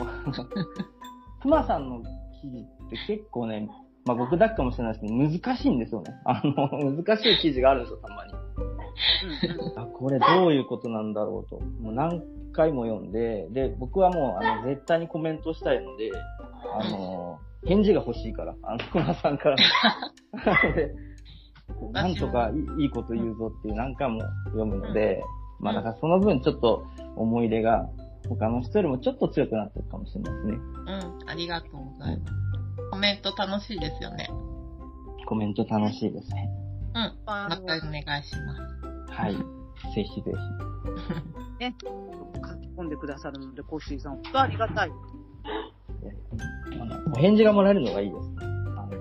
Speaker 2: くまさんの記事って結構ね、まあ僕だけかもしれないですけど、難しいんですよね。あの、難しい記事があるんですよ、たまに。あ、これどういうことなんだろうと。もう何回も読んで、で、僕はもう、あの、絶対にコメントしたいので、あの、返事が欲しいから、あの、くまさ んからの。なので、なんとかいいいいこと言うぞっていう何回も読むので、まあだからその分ちょっと思い入れが他の人よりもちょっと強くなってるかもしれないですね。
Speaker 3: うん、ありがとうございます。コメント楽しいですよね。
Speaker 2: コメント楽しいですね。
Speaker 3: うん、
Speaker 1: あ
Speaker 3: また
Speaker 1: の
Speaker 3: お願いしま
Speaker 2: はい。ぜひぜひ。
Speaker 3: す。
Speaker 1: 書き込んでくださるので、コッシーさん、本当ありがたい。
Speaker 2: あのお返事がもらえるのがいいです。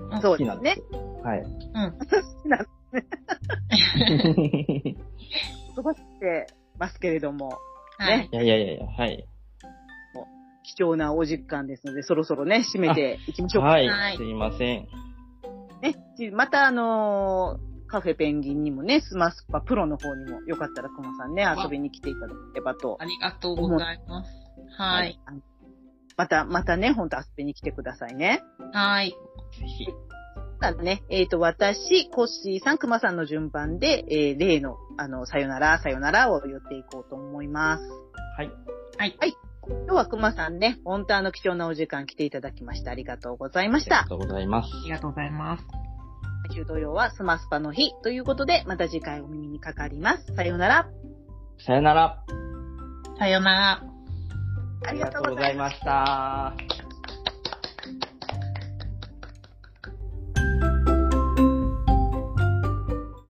Speaker 2: あの
Speaker 1: そう
Speaker 2: 好き
Speaker 1: で
Speaker 2: な
Speaker 1: す
Speaker 2: ん
Speaker 1: ね
Speaker 2: ですよ。はい。
Speaker 3: うん、
Speaker 1: 好きな言葉って、ますけれども、
Speaker 3: はい。
Speaker 2: いやいやいやいや、はい。
Speaker 1: 貴重なお時間ですので、そろそろね、締めていきましょうか。
Speaker 2: は、
Speaker 3: はいい
Speaker 2: すいません。
Speaker 1: ね、でまたあのーカフェペンギンにもね、スマスパプロの方にも、よかったらくまさんね、遊びに来ていただければと
Speaker 3: あ。りがとうございます。はい。
Speaker 1: あの。また、またね、ほんと遊びに来てくださいね。
Speaker 3: はい。
Speaker 2: ぜひ。
Speaker 1: ただね、えっ、と、私、コッシーさん、くまさんの順番で、えー例の、あの、さよなら、さよならを言っていこうと思います。
Speaker 2: はい。
Speaker 3: はい。
Speaker 1: 今日はくまさんね、本当あの貴重なお時間来ていただきましてありがとうございまし
Speaker 2: あ
Speaker 1: た。
Speaker 2: りがとうございます。
Speaker 3: ありがとうございます。
Speaker 1: 来週土曜はスマスパの日ということで、また次回お耳にかかります。さようなら。
Speaker 2: さよなら。
Speaker 3: さよなら。
Speaker 2: ありがとうございました。